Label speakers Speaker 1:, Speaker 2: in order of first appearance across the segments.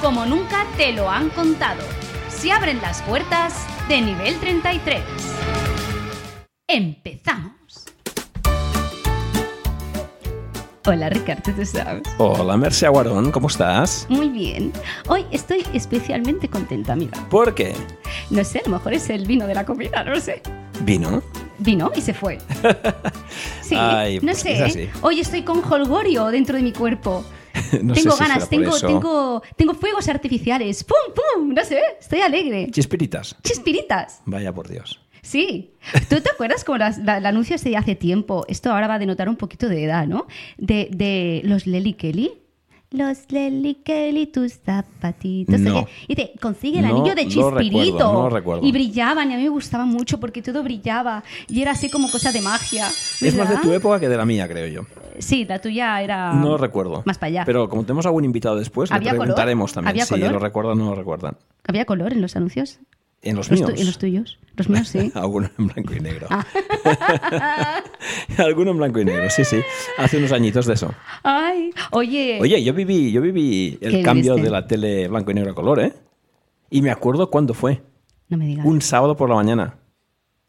Speaker 1: como nunca te lo han contado. Se abren las puertas de nivel 33. Empezamos. Hola Ricardo, ¿tú sabes?
Speaker 2: Hola, Mercé Guarón, ¿cómo estás?
Speaker 1: Muy bien. Hoy estoy especialmente contenta, mira.
Speaker 2: ¿Por qué?
Speaker 1: No sé, a lo mejor es el vino de la comida, no sé.
Speaker 2: ¿Vino?
Speaker 1: vino y se fue. Sí,
Speaker 2: Ay,
Speaker 1: no
Speaker 2: pues
Speaker 1: sé.
Speaker 2: es así.
Speaker 1: ¿eh? Hoy estoy con holgorio dentro de mi cuerpo.
Speaker 2: No sé
Speaker 1: tengo
Speaker 2: si será
Speaker 1: ganas,
Speaker 2: por
Speaker 1: tengo,
Speaker 2: eso.
Speaker 1: tengo, tengo fuegos artificiales. ¡Pum, pum! No sé, estoy alegre.
Speaker 2: Chispiritas.
Speaker 1: Chispiritas.
Speaker 2: Vaya por Dios.
Speaker 1: Sí. ¿Tú te acuerdas como las- la- el anuncio ese de hace tiempo? Esto ahora va a denotar un poquito de edad, ¿no? De, de los Leli Kelly. Los Leli Kelly, tus zapatitos.
Speaker 2: No.
Speaker 1: Oye, Y te consigue el
Speaker 2: No
Speaker 1: anillo de
Speaker 2: lo
Speaker 1: chispirito.
Speaker 2: recuerdo, no lo recuerdo.
Speaker 1: Y brillaban, y a mí me gustaba mucho porque todo brillaba. Y era así como cosa de magia.
Speaker 2: Es más de
Speaker 1: ¿verdad?
Speaker 2: tu época que de la mía, creo yo.
Speaker 1: Sí, la tuya era.
Speaker 2: No lo recuerdo.
Speaker 1: Ah, Más para allá.
Speaker 2: Pero como tenemos algún invitado después, le
Speaker 1: ¿Había color?
Speaker 2: preguntaremos también
Speaker 1: ¿Había
Speaker 2: si
Speaker 1: color?
Speaker 2: lo recuerdan o no lo recuerdan.
Speaker 1: ¿Había color en los anuncios?
Speaker 2: En los,
Speaker 1: tu-
Speaker 2: míos.
Speaker 1: en los tuyos. Los míos sí. Ah.
Speaker 2: Alguno en blanco y negro. Alguno en blanco y negro, sí, sí. Hace unos añitos de eso.
Speaker 1: Ay, oye.
Speaker 2: Oye, yo viví, yo viví el
Speaker 1: ¿Qué
Speaker 2: cambio
Speaker 1: viviste?
Speaker 2: de la tele blanco y negro a color, ¿eh? Y me acuerdo cuándo fue.
Speaker 1: No me digas.
Speaker 2: Un sábado por la mañana.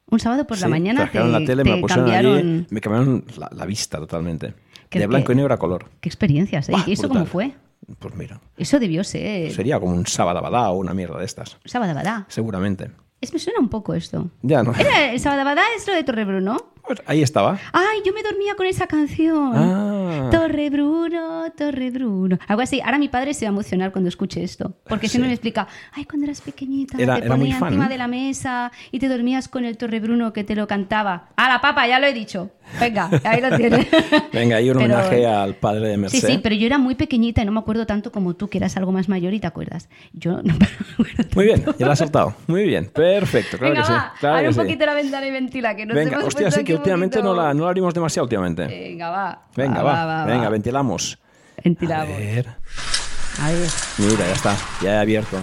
Speaker 1: Un sábado por la
Speaker 2: Sí,
Speaker 1: mañana te,
Speaker 2: trajeron la tele, me
Speaker 1: te
Speaker 2: la pusieron
Speaker 1: cambiaron.
Speaker 2: allí, me cambiaron la, la vista totalmente.
Speaker 1: Que-
Speaker 2: de blanco
Speaker 1: que-
Speaker 2: y negro a color.
Speaker 1: Qué experiencias, ¿eh?
Speaker 2: Buah,
Speaker 1: ¿Y eso
Speaker 2: brutal.
Speaker 1: cómo fue? Eh.
Speaker 2: Pues mira,
Speaker 1: Eso debió ser.
Speaker 2: sería como un sabadabadá o una mierda de estas,
Speaker 1: Sabadabadá.
Speaker 2: seguramente.
Speaker 1: Es, me suena un poco esto.
Speaker 2: Ya no.
Speaker 1: Era el Sabadabadá es lo de Torrebruno.
Speaker 2: Pues ahí estaba.
Speaker 1: Ay, yo me dormía con esa canción.
Speaker 2: Ah.
Speaker 1: Torre Bruno, Torre Bruno. Algo así. Ahora mi padre se va a emocionar cuando escuche esto. Porque
Speaker 2: Sí.
Speaker 1: siempre me explica, ay, cuando eras pequeñita,
Speaker 2: Era-
Speaker 1: te
Speaker 2: era muy
Speaker 1: ponía
Speaker 2: fan,
Speaker 1: encima
Speaker 2: ¿no?
Speaker 1: de la mesa y te dormías con el Torre Bruno que te lo cantaba. A la papa, ya lo he dicho. Venga, ahí lo tienes.
Speaker 2: Venga, ahí un
Speaker 1: Pero-
Speaker 2: homenaje al padre de Merced.
Speaker 1: Sí, sí, pero yo era muy pequeñita y no me acuerdo tanto como tú, que eras algo más mayor y te acuerdas. Yo no me acuerdo.
Speaker 2: Muy bien, ya la has saltado. Muy bien, perfecto, claro
Speaker 1: Venga,
Speaker 2: que sí.
Speaker 1: va,
Speaker 2: claro
Speaker 1: abre
Speaker 2: que
Speaker 1: un
Speaker 2: sí.
Speaker 1: poquito la ventana y ventila, que no
Speaker 2: Venga, hostia, sí que últimamente no la, no la abrimos demasiado últimamente.
Speaker 1: Venga, Eh, va.
Speaker 2: Venga, va, venga,
Speaker 1: va.
Speaker 2: ventilamos. A
Speaker 1: Ventilamos.
Speaker 2: ver,
Speaker 1: A ver.
Speaker 2: mira, ya está, ya he abierto.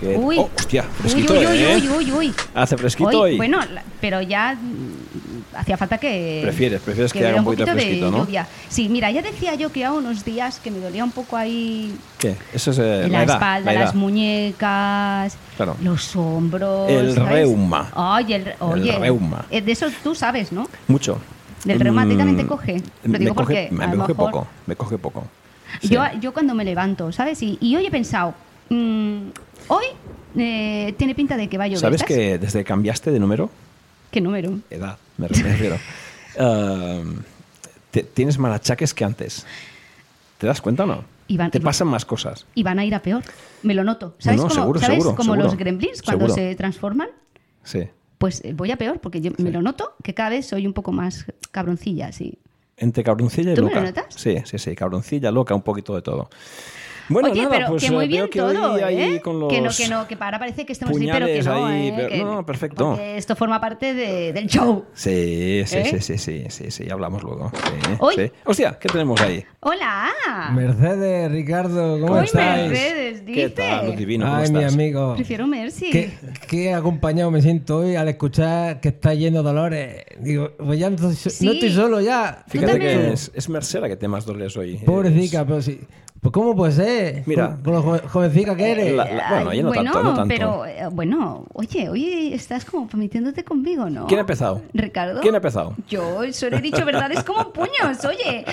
Speaker 2: Que-
Speaker 1: Uy.
Speaker 2: Oh, hostia, fresquito,
Speaker 1: uy, uy,
Speaker 2: ¿eh?
Speaker 1: uy, uy, uy.
Speaker 2: Hace fresquito
Speaker 1: Hoy,
Speaker 2: hoy.
Speaker 1: Bueno, la- pero ya mm, hacía falta que.
Speaker 2: Prefieres, prefieres que haga
Speaker 1: hubiera
Speaker 2: un poquito de fresquito,
Speaker 1: de
Speaker 2: ¿no?
Speaker 1: lluvia. Sí, mira, ya decía yo que hace unos días que me dolía un poco ahí
Speaker 2: ¿Qué? Eso es eh,
Speaker 1: la,
Speaker 2: edad,
Speaker 1: espalda,
Speaker 2: la edad.
Speaker 1: las muñecas,
Speaker 2: Claro.
Speaker 1: los hombros.
Speaker 2: El reuma.
Speaker 1: Ay, el, oye,
Speaker 2: reuma.
Speaker 1: eh, De eso tú sabes, ¿no?
Speaker 2: Mucho. Mm,
Speaker 1: Del reuma, ¿a ti también te coge? Lo
Speaker 2: me
Speaker 1: digo
Speaker 2: coge,
Speaker 1: porque,
Speaker 2: me,
Speaker 1: a
Speaker 2: me
Speaker 1: lo
Speaker 2: coge
Speaker 1: mejor-
Speaker 2: poco, me coge poco. Sí.
Speaker 1: Yo, yo cuando me levanto, ¿sabes? Y, y hoy he pensado, mm, hoy eh, tiene pinta de que va a llover.
Speaker 2: ¿Sabes que desde que cambiaste de número,
Speaker 1: ¿Qué número?
Speaker 2: edad, me refiero, um, te- tienes más achaques que antes? ¿Te das cuenta o no?
Speaker 1: Iván-
Speaker 2: te
Speaker 1: Iván-
Speaker 2: pasan más cosas.
Speaker 1: Y van a ir a peor. Me lo noto. ¿Sabes
Speaker 2: No, no,
Speaker 1: cómo-
Speaker 2: seguro,
Speaker 1: ¿sabes?
Speaker 2: seguro,
Speaker 1: como
Speaker 2: seguro.
Speaker 1: los gremlins cuando
Speaker 2: Seguro.
Speaker 1: se transforman?
Speaker 2: Sí.
Speaker 1: Pues eh, voy a peor porque yo me
Speaker 2: Sí.
Speaker 1: lo noto que cada vez soy un poco más cabroncilla, así.
Speaker 2: Entre cabroncilla y
Speaker 1: ¿Tú me
Speaker 2: loca.
Speaker 1: lo notas?
Speaker 2: Sí, sí, sí, cabroncilla, loca, un poquito de todo. Bueno,
Speaker 1: Oye,
Speaker 2: nada,
Speaker 1: pero
Speaker 2: pues
Speaker 1: que muy
Speaker 2: eh,
Speaker 1: bien
Speaker 2: veo que hoy
Speaker 1: todo,
Speaker 2: ahí
Speaker 1: ¿eh?
Speaker 2: con los...
Speaker 1: Que no, que no, que ahora parece que estamos ahí, pero que
Speaker 2: puñales
Speaker 1: no,
Speaker 2: ahí,
Speaker 1: ¿eh?
Speaker 2: pero-
Speaker 1: Que-
Speaker 2: no, no, perfecto.
Speaker 1: Porque esto forma parte de- del show.
Speaker 2: Sí, sí,
Speaker 1: ¿Eh?
Speaker 2: sí, sí, sí, sí, sí, ya hablamos luego. Sí,
Speaker 1: Uy.
Speaker 2: sí. Hostia, ¿qué tenemos ahí?
Speaker 1: ¡Hola!
Speaker 3: Mercedes, Ricardo, ¿cómo
Speaker 1: Uy,
Speaker 3: estáis?
Speaker 1: Ah. Mercedes,
Speaker 2: ¿Qué tal,
Speaker 1: dice.
Speaker 2: divino? ¿Cómo
Speaker 3: Ay, mi
Speaker 2: estás?
Speaker 3: amigo.
Speaker 1: Prefiero Mercy.
Speaker 3: Qué, qué acompañado me siento hoy al escuchar que está lleno de dolores. Digo, pues ya no estoy,
Speaker 1: Sí.
Speaker 3: no estoy solo ya.
Speaker 1: Tú
Speaker 2: Fíjate
Speaker 1: también.
Speaker 2: que es, es Mercera que temas dolores hoy.
Speaker 3: Pobrecita, pero sí. Pues cómo puede ser.
Speaker 2: Mira.
Speaker 3: Con, con lo joven- jovencica que eres.
Speaker 2: La- la- bueno,
Speaker 1: Ay,
Speaker 2: ya no tanto, no tanto.
Speaker 1: pero eh, bueno, oye, oye, estás como metiéndote conmigo, ¿no?
Speaker 2: ¿Quién ha empezado?
Speaker 1: Ricardo.
Speaker 2: ¿Quién ha empezado?
Speaker 1: Yo solo he dicho verdades como puños, oye.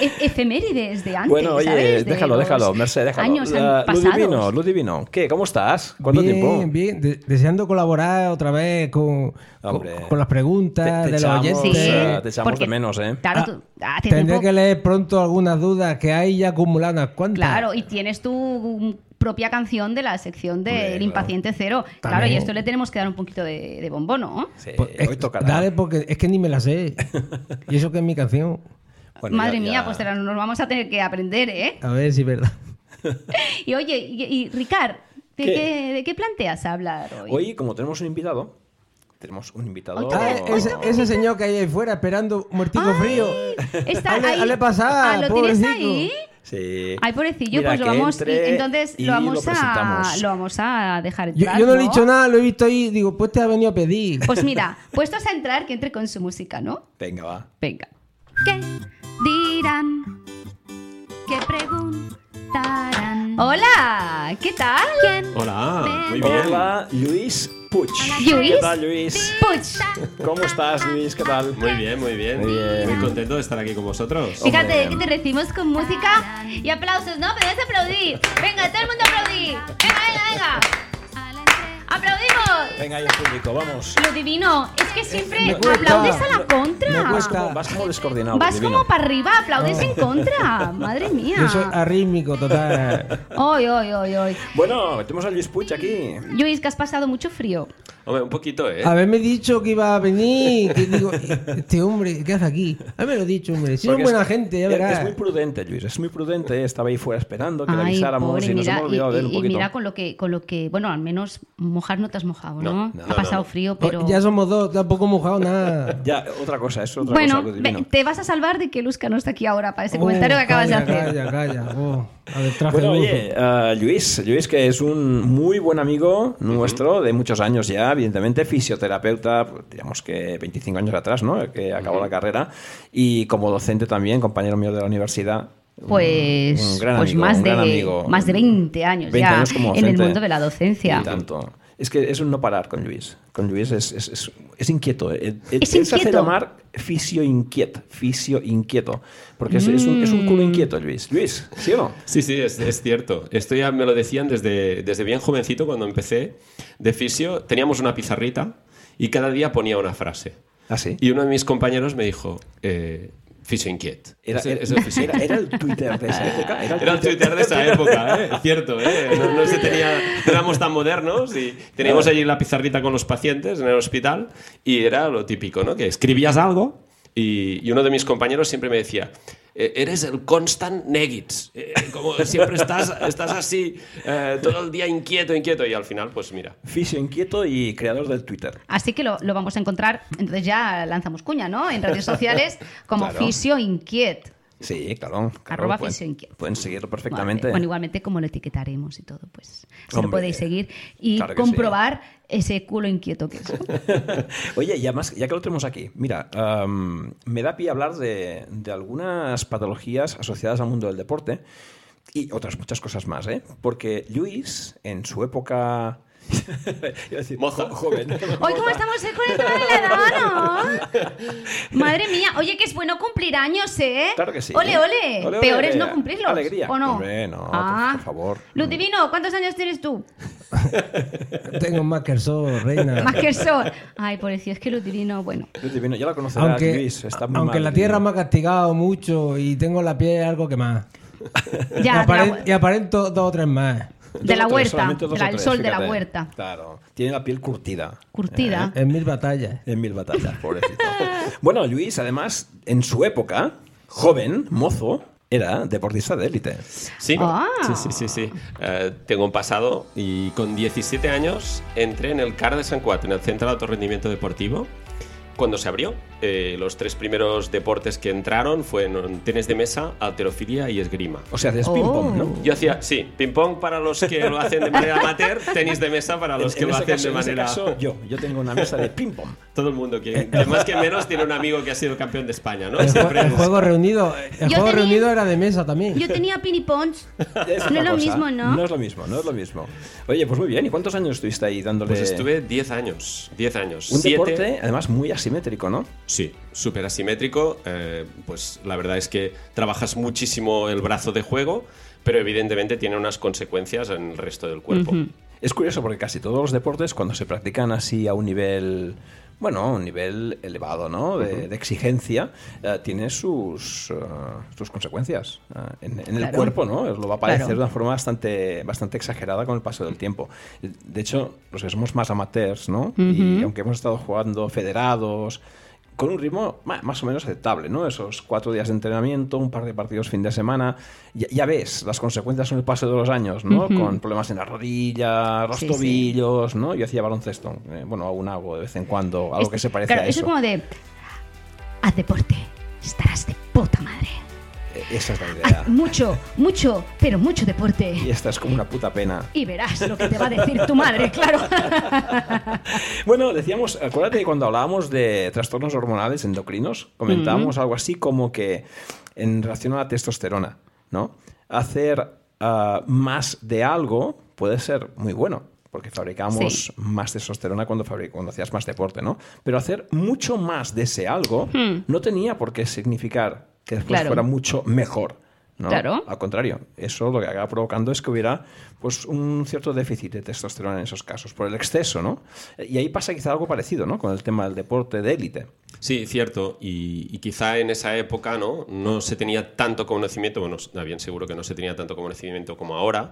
Speaker 1: E- efemérides de antes.
Speaker 2: bueno, oye,
Speaker 1: ¿sabes? De
Speaker 2: déjalo,
Speaker 1: los
Speaker 2: déjalo, Merced, déjalo.
Speaker 1: Años han
Speaker 2: La- lo
Speaker 1: pasados.
Speaker 2: divino, lo divino. ¿Qué? ¿Cómo estás? ¿Cuánto
Speaker 3: bien,
Speaker 2: tiempo?
Speaker 3: Bien, de- deseando colaborar otra vez con, con,
Speaker 2: Hombre.
Speaker 3: con las
Speaker 2: Te,
Speaker 3: preguntas
Speaker 2: te
Speaker 3: de
Speaker 2: echamos,
Speaker 3: los
Speaker 1: Sí,
Speaker 3: oyentes.
Speaker 2: eh, te echamos
Speaker 1: porque-
Speaker 2: de menos, ¿eh?
Speaker 1: Claro, tú, ah, hace
Speaker 3: Tendré
Speaker 1: tiempo-
Speaker 3: que leer pronto algunas dudas que hay ya acumuladas unas cuantas.
Speaker 1: Claro, y tienes tu propia canción de la sección del
Speaker 2: Hombre, claro.
Speaker 1: impaciente cero. Claro, y
Speaker 3: También.
Speaker 1: esto le tenemos que dar un poquito de, de bombo, ¿no?
Speaker 2: Sí,
Speaker 3: Pues,
Speaker 2: hoy
Speaker 3: es-
Speaker 2: tocará.
Speaker 3: Dale, porque es que ni me la sé. y eso que es mi canción.
Speaker 2: Bueno,
Speaker 1: Madre
Speaker 2: ya-
Speaker 1: mía,
Speaker 2: ya-
Speaker 1: pues te la- nos vamos a tener que aprender, ¿eh?
Speaker 3: A ver si es verdad.
Speaker 1: Y oye, y, y, Ricard, ¿de
Speaker 2: ¿Qué?
Speaker 1: qué? de qué planteas hablar hoy?
Speaker 2: Hoy, como tenemos un invitado, tenemos un invitado.
Speaker 1: Hoy
Speaker 3: Ah,
Speaker 1: tenemos-
Speaker 3: ese, ese señor que hay ahí fuera esperando muertico
Speaker 1: Ay,
Speaker 3: frío.
Speaker 1: Está
Speaker 3: Hale-
Speaker 1: ahí.
Speaker 3: hale pasar,
Speaker 1: Ah, ¿Lo tienes
Speaker 3: pobrecito.
Speaker 1: ahí?
Speaker 2: Sí.
Speaker 1: Ay, pobrecillo,
Speaker 2: Mira,
Speaker 1: pues lo
Speaker 2: que
Speaker 1: vamos.
Speaker 2: entre
Speaker 1: y- entonces
Speaker 2: y
Speaker 1: lo vamos a.
Speaker 2: presentamos.
Speaker 1: Lo vamos a dejar
Speaker 3: Yo,
Speaker 1: entrar.
Speaker 3: yo no le he dicho nada, lo he visto ahí. Digo, pues te ha venido a pedir.
Speaker 1: Pues mira, puestos a entrar, que entre con su música, ¿no?
Speaker 2: Venga, va.
Speaker 1: Venga. ¿Qué dirán? ¿Qué preguntarán?
Speaker 4: Oh.
Speaker 1: ¡Hola! ¿Qué tal? ¿Quién?
Speaker 5: Hola, muy bien.
Speaker 2: Hola, Luis Puig.
Speaker 1: Luis
Speaker 2: ¿Qué tal, Luis?
Speaker 1: Puch.
Speaker 2: ¿Cómo estás, Luis? ¿Qué tal?
Speaker 5: Muy bien, muy bien.
Speaker 2: Muy bien.
Speaker 5: Muy contento de estar aquí con vosotros.
Speaker 1: Fíjate que te recibimos con música y aplausos, ¿no? Pero es aplaudir. Venga, todo el mundo a aplaudir. Venga, venga, venga. ¡Aplaudimos!
Speaker 2: Venga, yo público, vamos.
Speaker 1: Lo divino es que siempre
Speaker 3: Me cuesta.
Speaker 1: aplaudes a la contra.
Speaker 3: Me
Speaker 2: Vas
Speaker 3: cuesta.
Speaker 2: como, vas como descoordinado.
Speaker 1: Ah. Vas
Speaker 2: divino.
Speaker 1: como para arriba, aplaudes en contra. Madre
Speaker 3: Yo soy ah.
Speaker 1: mía.
Speaker 3: arrítmico, total.
Speaker 1: Hoy, hoy, hoy, hoy.
Speaker 2: Bueno, tenemos a Luis Puig aquí.
Speaker 1: Luis, que has pasado mucho frío.
Speaker 5: Hombre, un poquito, ¿eh?
Speaker 3: Haberme dicho que iba a venir, que digo, este hombre, ¿qué hace aquí? Haberme lo dicho, hombre. Si son
Speaker 2: Porque es-
Speaker 3: buena gente, ya
Speaker 2: es-
Speaker 3: verás.
Speaker 2: Es muy prudente, Luis, es muy prudente. Estaba ahí fuera esperando que le
Speaker 1: Ay,
Speaker 2: avisáramos
Speaker 1: pobre,
Speaker 2: y nos
Speaker 1: mira,
Speaker 2: hemos olvidado de él un
Speaker 1: y- y
Speaker 2: poquito.
Speaker 1: mira con lo que, con lo que, bueno, al menos mojar no te has mojado, ¿no?
Speaker 5: No, no,
Speaker 1: ha pasado
Speaker 5: no.
Speaker 1: frío, pero.
Speaker 3: Pues, Ya somos dos, tampoco mojado nada.
Speaker 2: Ya, otra cosa, es otra
Speaker 1: bueno,
Speaker 2: cosa. algo
Speaker 1: ve-
Speaker 2: divino.
Speaker 1: te vas a salvar de que Luzca no está aquí ahora para ese
Speaker 3: Oh,
Speaker 1: comentario que acabas de
Speaker 3: calla,
Speaker 1: hacer.
Speaker 3: Calla, calla. Oh, a ver, traje
Speaker 2: Bueno,
Speaker 3: de lujo.
Speaker 2: oye, eh, Luis, Luis, que es un muy buen amigo nuestro de muchos años ya, evidentemente, fisioterapeuta, pues, digamos que 25 años atrás, ¿no? Que acabó la carrera, y como docente también, compañero mío de la universidad. un-
Speaker 1: Pues,
Speaker 2: un gran
Speaker 1: pues
Speaker 2: amigo,
Speaker 1: más,
Speaker 2: un gran
Speaker 1: de,
Speaker 2: amigo.
Speaker 1: más de 20 años
Speaker 2: 20
Speaker 1: ya
Speaker 2: años como
Speaker 1: en el
Speaker 2: docente.
Speaker 1: mundo de la docencia.
Speaker 2: Y tanto. Es que es un no parar con Luis. Con Luis es, es, es- es inquieto. Él, él-
Speaker 1: Es
Speaker 2: él se hace
Speaker 1: inquieto.
Speaker 2: llamar fisio inquieto. Fisio inquieto. Porque es, es un, es un culo
Speaker 1: Mm.
Speaker 2: inquieto, Luis. Luis, ¿sí o no?
Speaker 5: Sí, sí, es, es cierto. Esto ya me lo decían desde, desde bien jovencito cuando empecé de fisio. Teníamos una pizarrita y cada día ponía una frase.
Speaker 3: Ah,
Speaker 2: Así.
Speaker 5: Y uno de mis compañeros me dijo, eh, fisio inquiet.
Speaker 2: Era,
Speaker 5: Ese-
Speaker 2: era-
Speaker 5: ese fisio
Speaker 2: era- era el Twitter de esa época. Era el
Speaker 5: Era el Twitter de esa época, ¿eh? cierto. ¿eh? No, no se tenía, no éramos tan modernos y teníamos allí la pizarrita con los pacientes en el hospital y era lo típico, ¿no? Que escribías algo y, y uno de mis compañeros siempre me decía. "Eh, Eres el constant negits. Eh, Como siempre estás, estás así eh, todo el día inquieto, inquieto. Y al final, pues mira.
Speaker 2: Fisio inquieto y creador del Twitter.
Speaker 1: Así que lo, lo vamos a encontrar. Entonces ya lanzamos cuña, ¿no? En redes sociales como
Speaker 2: Claro.
Speaker 1: Fisio Inquiet.
Speaker 2: Sí, claro. claro,
Speaker 1: Arroba
Speaker 2: pueden-
Speaker 1: fisio inquieto.
Speaker 2: Pueden seguirlo perfectamente.
Speaker 1: Vale. Bueno, igualmente como lo etiquetaremos y todo, pues se lo
Speaker 2: Hombre,
Speaker 1: podéis seguir y
Speaker 2: claro que
Speaker 1: comprobar ese culo inquieto que es.
Speaker 2: Oye, ya, más, ya que lo tenemos aquí, mira, am, me da pie hablar de, de algunas patologías asociadas al mundo del deporte y otras muchas cosas más, ¿eh? Porque Luis, en su época... iba a decir,
Speaker 5: Moza.
Speaker 2: jo- joven.
Speaker 1: Hoy cómo estamos eh, con el tema de la edad, ¿no? Madre mía, oye que es bueno cumplir años, ¿eh?
Speaker 2: Claro que sí.
Speaker 1: Ole, ole.
Speaker 2: Ole, ole.
Speaker 1: Peor es no cumplirlos.
Speaker 2: Alegría.
Speaker 1: ¿O no?
Speaker 2: Hombre, no, por- por favor.
Speaker 1: Luz Divino, ¿cuántos años tienes tú?
Speaker 3: Tengo más que el sol, reina.
Speaker 1: Más que el sol. Ay, pobrecillo, es que Luz Divino, bueno.
Speaker 2: Luis Divino, ya la conocerás,
Speaker 3: aunque
Speaker 2: Luis. Está muy
Speaker 3: aunque
Speaker 2: mal,
Speaker 3: la tierra
Speaker 2: Divino.
Speaker 3: me ha castigado mucho y tengo la piel algo que más. y,
Speaker 1: Ya, de
Speaker 3: aparen-
Speaker 1: la,
Speaker 3: y aparento dos o tres más.
Speaker 2: Dos
Speaker 1: de la
Speaker 2: o tres,
Speaker 1: huerta,
Speaker 2: solamente dos
Speaker 1: de la-
Speaker 2: o
Speaker 1: el
Speaker 2: tres,
Speaker 1: sol de la
Speaker 2: fíjate. Eh,
Speaker 1: huerta.
Speaker 2: Claro, tiene la piel curtida.
Speaker 1: Curtida.
Speaker 3: En mil batallas.
Speaker 2: En mil batallas, pobrecito. bueno, Luis, además, en su época, joven, mozo, era deportista de élite.
Speaker 5: Sí,
Speaker 1: Ah.
Speaker 5: sí, sí, sí. sí. Eh, tengo un pasado y con 17 años entré en el CAR de San Cuat, en el Centro de Alto Rendimiento Deportivo, cuando se abrió. Eh, los tres primeros deportes que entraron fueron tenis de mesa, alterofilia y esgrima.
Speaker 2: O sea, hacías
Speaker 1: Oh.
Speaker 2: ping-pong, ¿no?
Speaker 5: Yo hacía, sí, ping-pong para los que lo hacen de manera amateur, tenis de mesa para los
Speaker 2: En-
Speaker 5: que
Speaker 2: en
Speaker 5: lo
Speaker 2: ese
Speaker 5: hacen
Speaker 2: caso-
Speaker 5: de
Speaker 2: en ese
Speaker 5: manera...
Speaker 2: caso, yo, yo tengo una mesa de ping-pong.
Speaker 5: Todo el mundo, que, que más que menos tiene un amigo que ha sido campeón de España, ¿no?
Speaker 3: El, jue-
Speaker 5: Siempre
Speaker 3: el
Speaker 2: Pues
Speaker 5: es-
Speaker 3: juego reunido, el
Speaker 1: Yo
Speaker 3: juego
Speaker 1: tenía-
Speaker 3: reunido era de mesa
Speaker 2: eh.
Speaker 3: también.
Speaker 1: Yo tenía pinipons.
Speaker 2: Es
Speaker 1: No
Speaker 2: otra
Speaker 1: es lo
Speaker 2: cosa.
Speaker 1: mismo, ¿no?
Speaker 2: No es lo mismo, no es lo mismo. Oye, pues muy bien. ¿Y cuántos años estuviste ahí dándole...?
Speaker 5: Pues estuve 10 años, 10 años.
Speaker 2: Un
Speaker 5: Siete-
Speaker 2: deporte, además, muy asimétrico, ¿no?
Speaker 5: Sí, súper asimétrico. eh, pues la verdad es que trabajas muchísimo el brazo de juego, pero evidentemente tiene unas consecuencias en el resto del cuerpo.
Speaker 2: Es curioso porque casi todos los deportes, cuando se practican así a un nivel, bueno, a un nivel elevado, ¿no? De, de exigencia, eh, tiene sus, eh, sus consecuencias eh, en, en el
Speaker 1: Claro.
Speaker 2: cuerpo, ¿no? Lo va a padecer
Speaker 1: Claro.
Speaker 2: de una forma bastante, bastante exagerada con el paso del tiempo. De hecho, los que somos más amateurs, ¿no? Y aunque hemos estado jugando federados, con un ritmo ma- más o menos aceptable, ¿no? Esos cuatro días de entrenamiento, un par de partidos fin de semana. Ya, ya ves las consecuencias en el paso de los años, ¿no?
Speaker 4: Ujú.
Speaker 2: Con problemas en la rodilla, los
Speaker 4: Sí, sí.
Speaker 2: tobillos, ¿no? Yo hacía baloncesto. eh, bueno, aún hago de vez en cuando algo que se parece
Speaker 4: claro,
Speaker 2: a
Speaker 4: eso
Speaker 2: eso.
Speaker 4: es como de. Haz deporte, estarás de puta madre.
Speaker 2: Eh, Esa es la idea.
Speaker 4: Haz mucho, mucho, pero mucho deporte.
Speaker 2: Y esta es como una puta pena.
Speaker 4: Y verás lo que te va a decir tu madre, claro.
Speaker 2: Bueno, decíamos, acuérdate que cuando hablábamos de trastornos hormonales endocrinos, comentábamos algo así como que en relación a la testosterona, ¿no? Hacer ah, más de algo puede ser muy bueno, porque fabricamos
Speaker 4: Sí.
Speaker 2: más testosterona cuando, fabri- cuando hacías más deporte, ¿no? Pero hacer mucho más de ese algo no tenía por qué significar que después
Speaker 4: Hmm. Claro.
Speaker 2: fuera mucho mejor. ¿no?
Speaker 4: Claro.
Speaker 2: Al contrario, eso lo que acaba provocando es que hubiera pues, un cierto déficit de testosterona en esos casos, por el exceso, ¿no? Y ahí pasa quizá algo parecido, ¿no? Con el tema del deporte de élite.
Speaker 5: Sí, cierto. Y, y quizá en esa época no, no se tenía tanto conocimiento, bueno, está bien seguro que no se tenía tanto conocimiento como ahora,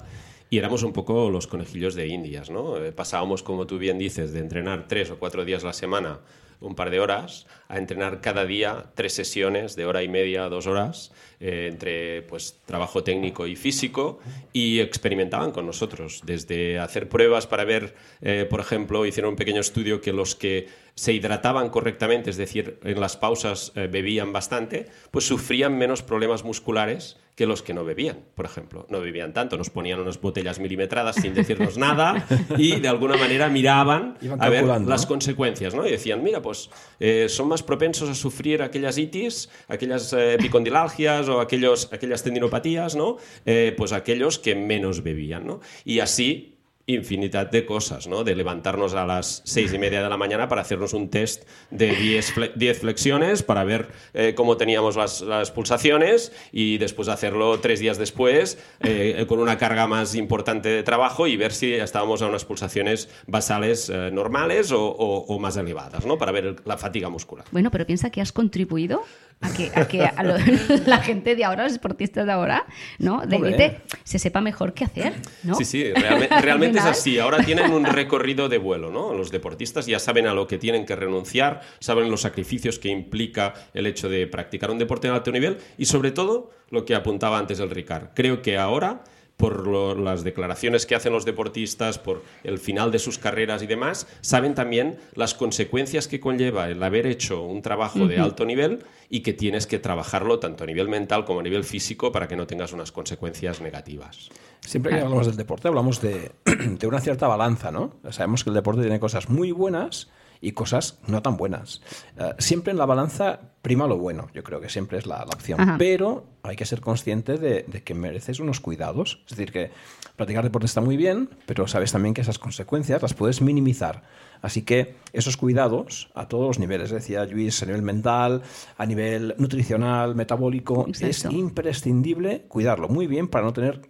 Speaker 5: y éramos un poco los conejillos de indias, ¿no? Eh, Pasábamos, como tú bien dices, de entrenar tres o cuatro días a la semana, un par de horas, a entrenar cada día tres sesiones de hora y media a dos horas, eh, entre pues, trabajo técnico y físico, y experimentaban con nosotros, desde hacer pruebas para ver, eh, por ejemplo, hicieron un pequeño estudio que los que se hidrataban correctamente, es decir, en las pausas eh, bebían bastante, pues sufrían menos problemas musculares que los que no bebían, por ejemplo. No bebían tanto, nos ponían unas botellas milimetradas sin decirnos nada y de alguna manera miraban
Speaker 2: Iban
Speaker 5: a ver
Speaker 2: calculando,
Speaker 5: las
Speaker 2: ¿no?
Speaker 5: consecuencias, ¿no? Y decían, mira, pues eh, son más propensos a sufrir aquellas itis, aquellas eh, epicondilalgias o aquellos, aquellas tendinopatías, ¿no? Eh, pues aquellos que menos bebían, ¿no? Y así infinidad de cosas, ¿no? De levantarnos a las seis y media de la mañana para hacernos un test de 10 fle- 10 flexiones para ver eh, cómo teníamos las, las pulsaciones y después hacerlo tres días después eh, con una carga más importante de trabajo y ver si estábamos a unas pulsaciones basales eh, normales o, o- o más elevadas, ¿no? Para ver el- la fatiga muscular.
Speaker 4: Bueno, pero piensa que has contribuido a que, a que a lo- la gente de ahora, los deportistas de ahora, ¿no? De
Speaker 2: Hombre.
Speaker 4: élite, se sepa mejor qué hacer, ¿no?
Speaker 5: Sí, sí, realme-
Speaker 4: Al
Speaker 5: realmente es
Speaker 4: final,
Speaker 5: así. Ahora tienen un recorrido de vuelo, ¿no? Los deportistas ya saben a lo que tienen que renunciar, saben los sacrificios que implica el hecho de practicar un deporte de alto nivel y sobre todo lo que apuntaba antes el Ricard. Creo que ahora por lo- las declaraciones que hacen los deportistas, por el final de sus carreras y demás, saben también las consecuencias que conlleva el haber hecho un trabajo de alto nivel y que tienes que trabajarlo tanto a nivel mental como a nivel físico para que no tengas unas consecuencias negativas.
Speaker 2: Siempre que hablamos del deporte hablamos de, de una cierta balanza, ¿no? Sabemos que el deporte tiene cosas muy buenas y cosas no tan buenas. Eh, siempre en la balanza prima lo bueno, yo creo que siempre es la, la opción.
Speaker 4: Ajá.
Speaker 2: Pero hay que ser consciente de, de que mereces unos cuidados. Es decir, que practicar deporte está muy bien, pero sabes también que esas consecuencias las puedes minimizar. Así que esos cuidados a todos los niveles, decía Luis, a nivel mental, a nivel nutricional, metabólico, es
Speaker 4: Exacto.
Speaker 2: imprescindible cuidarlo muy bien para no tener,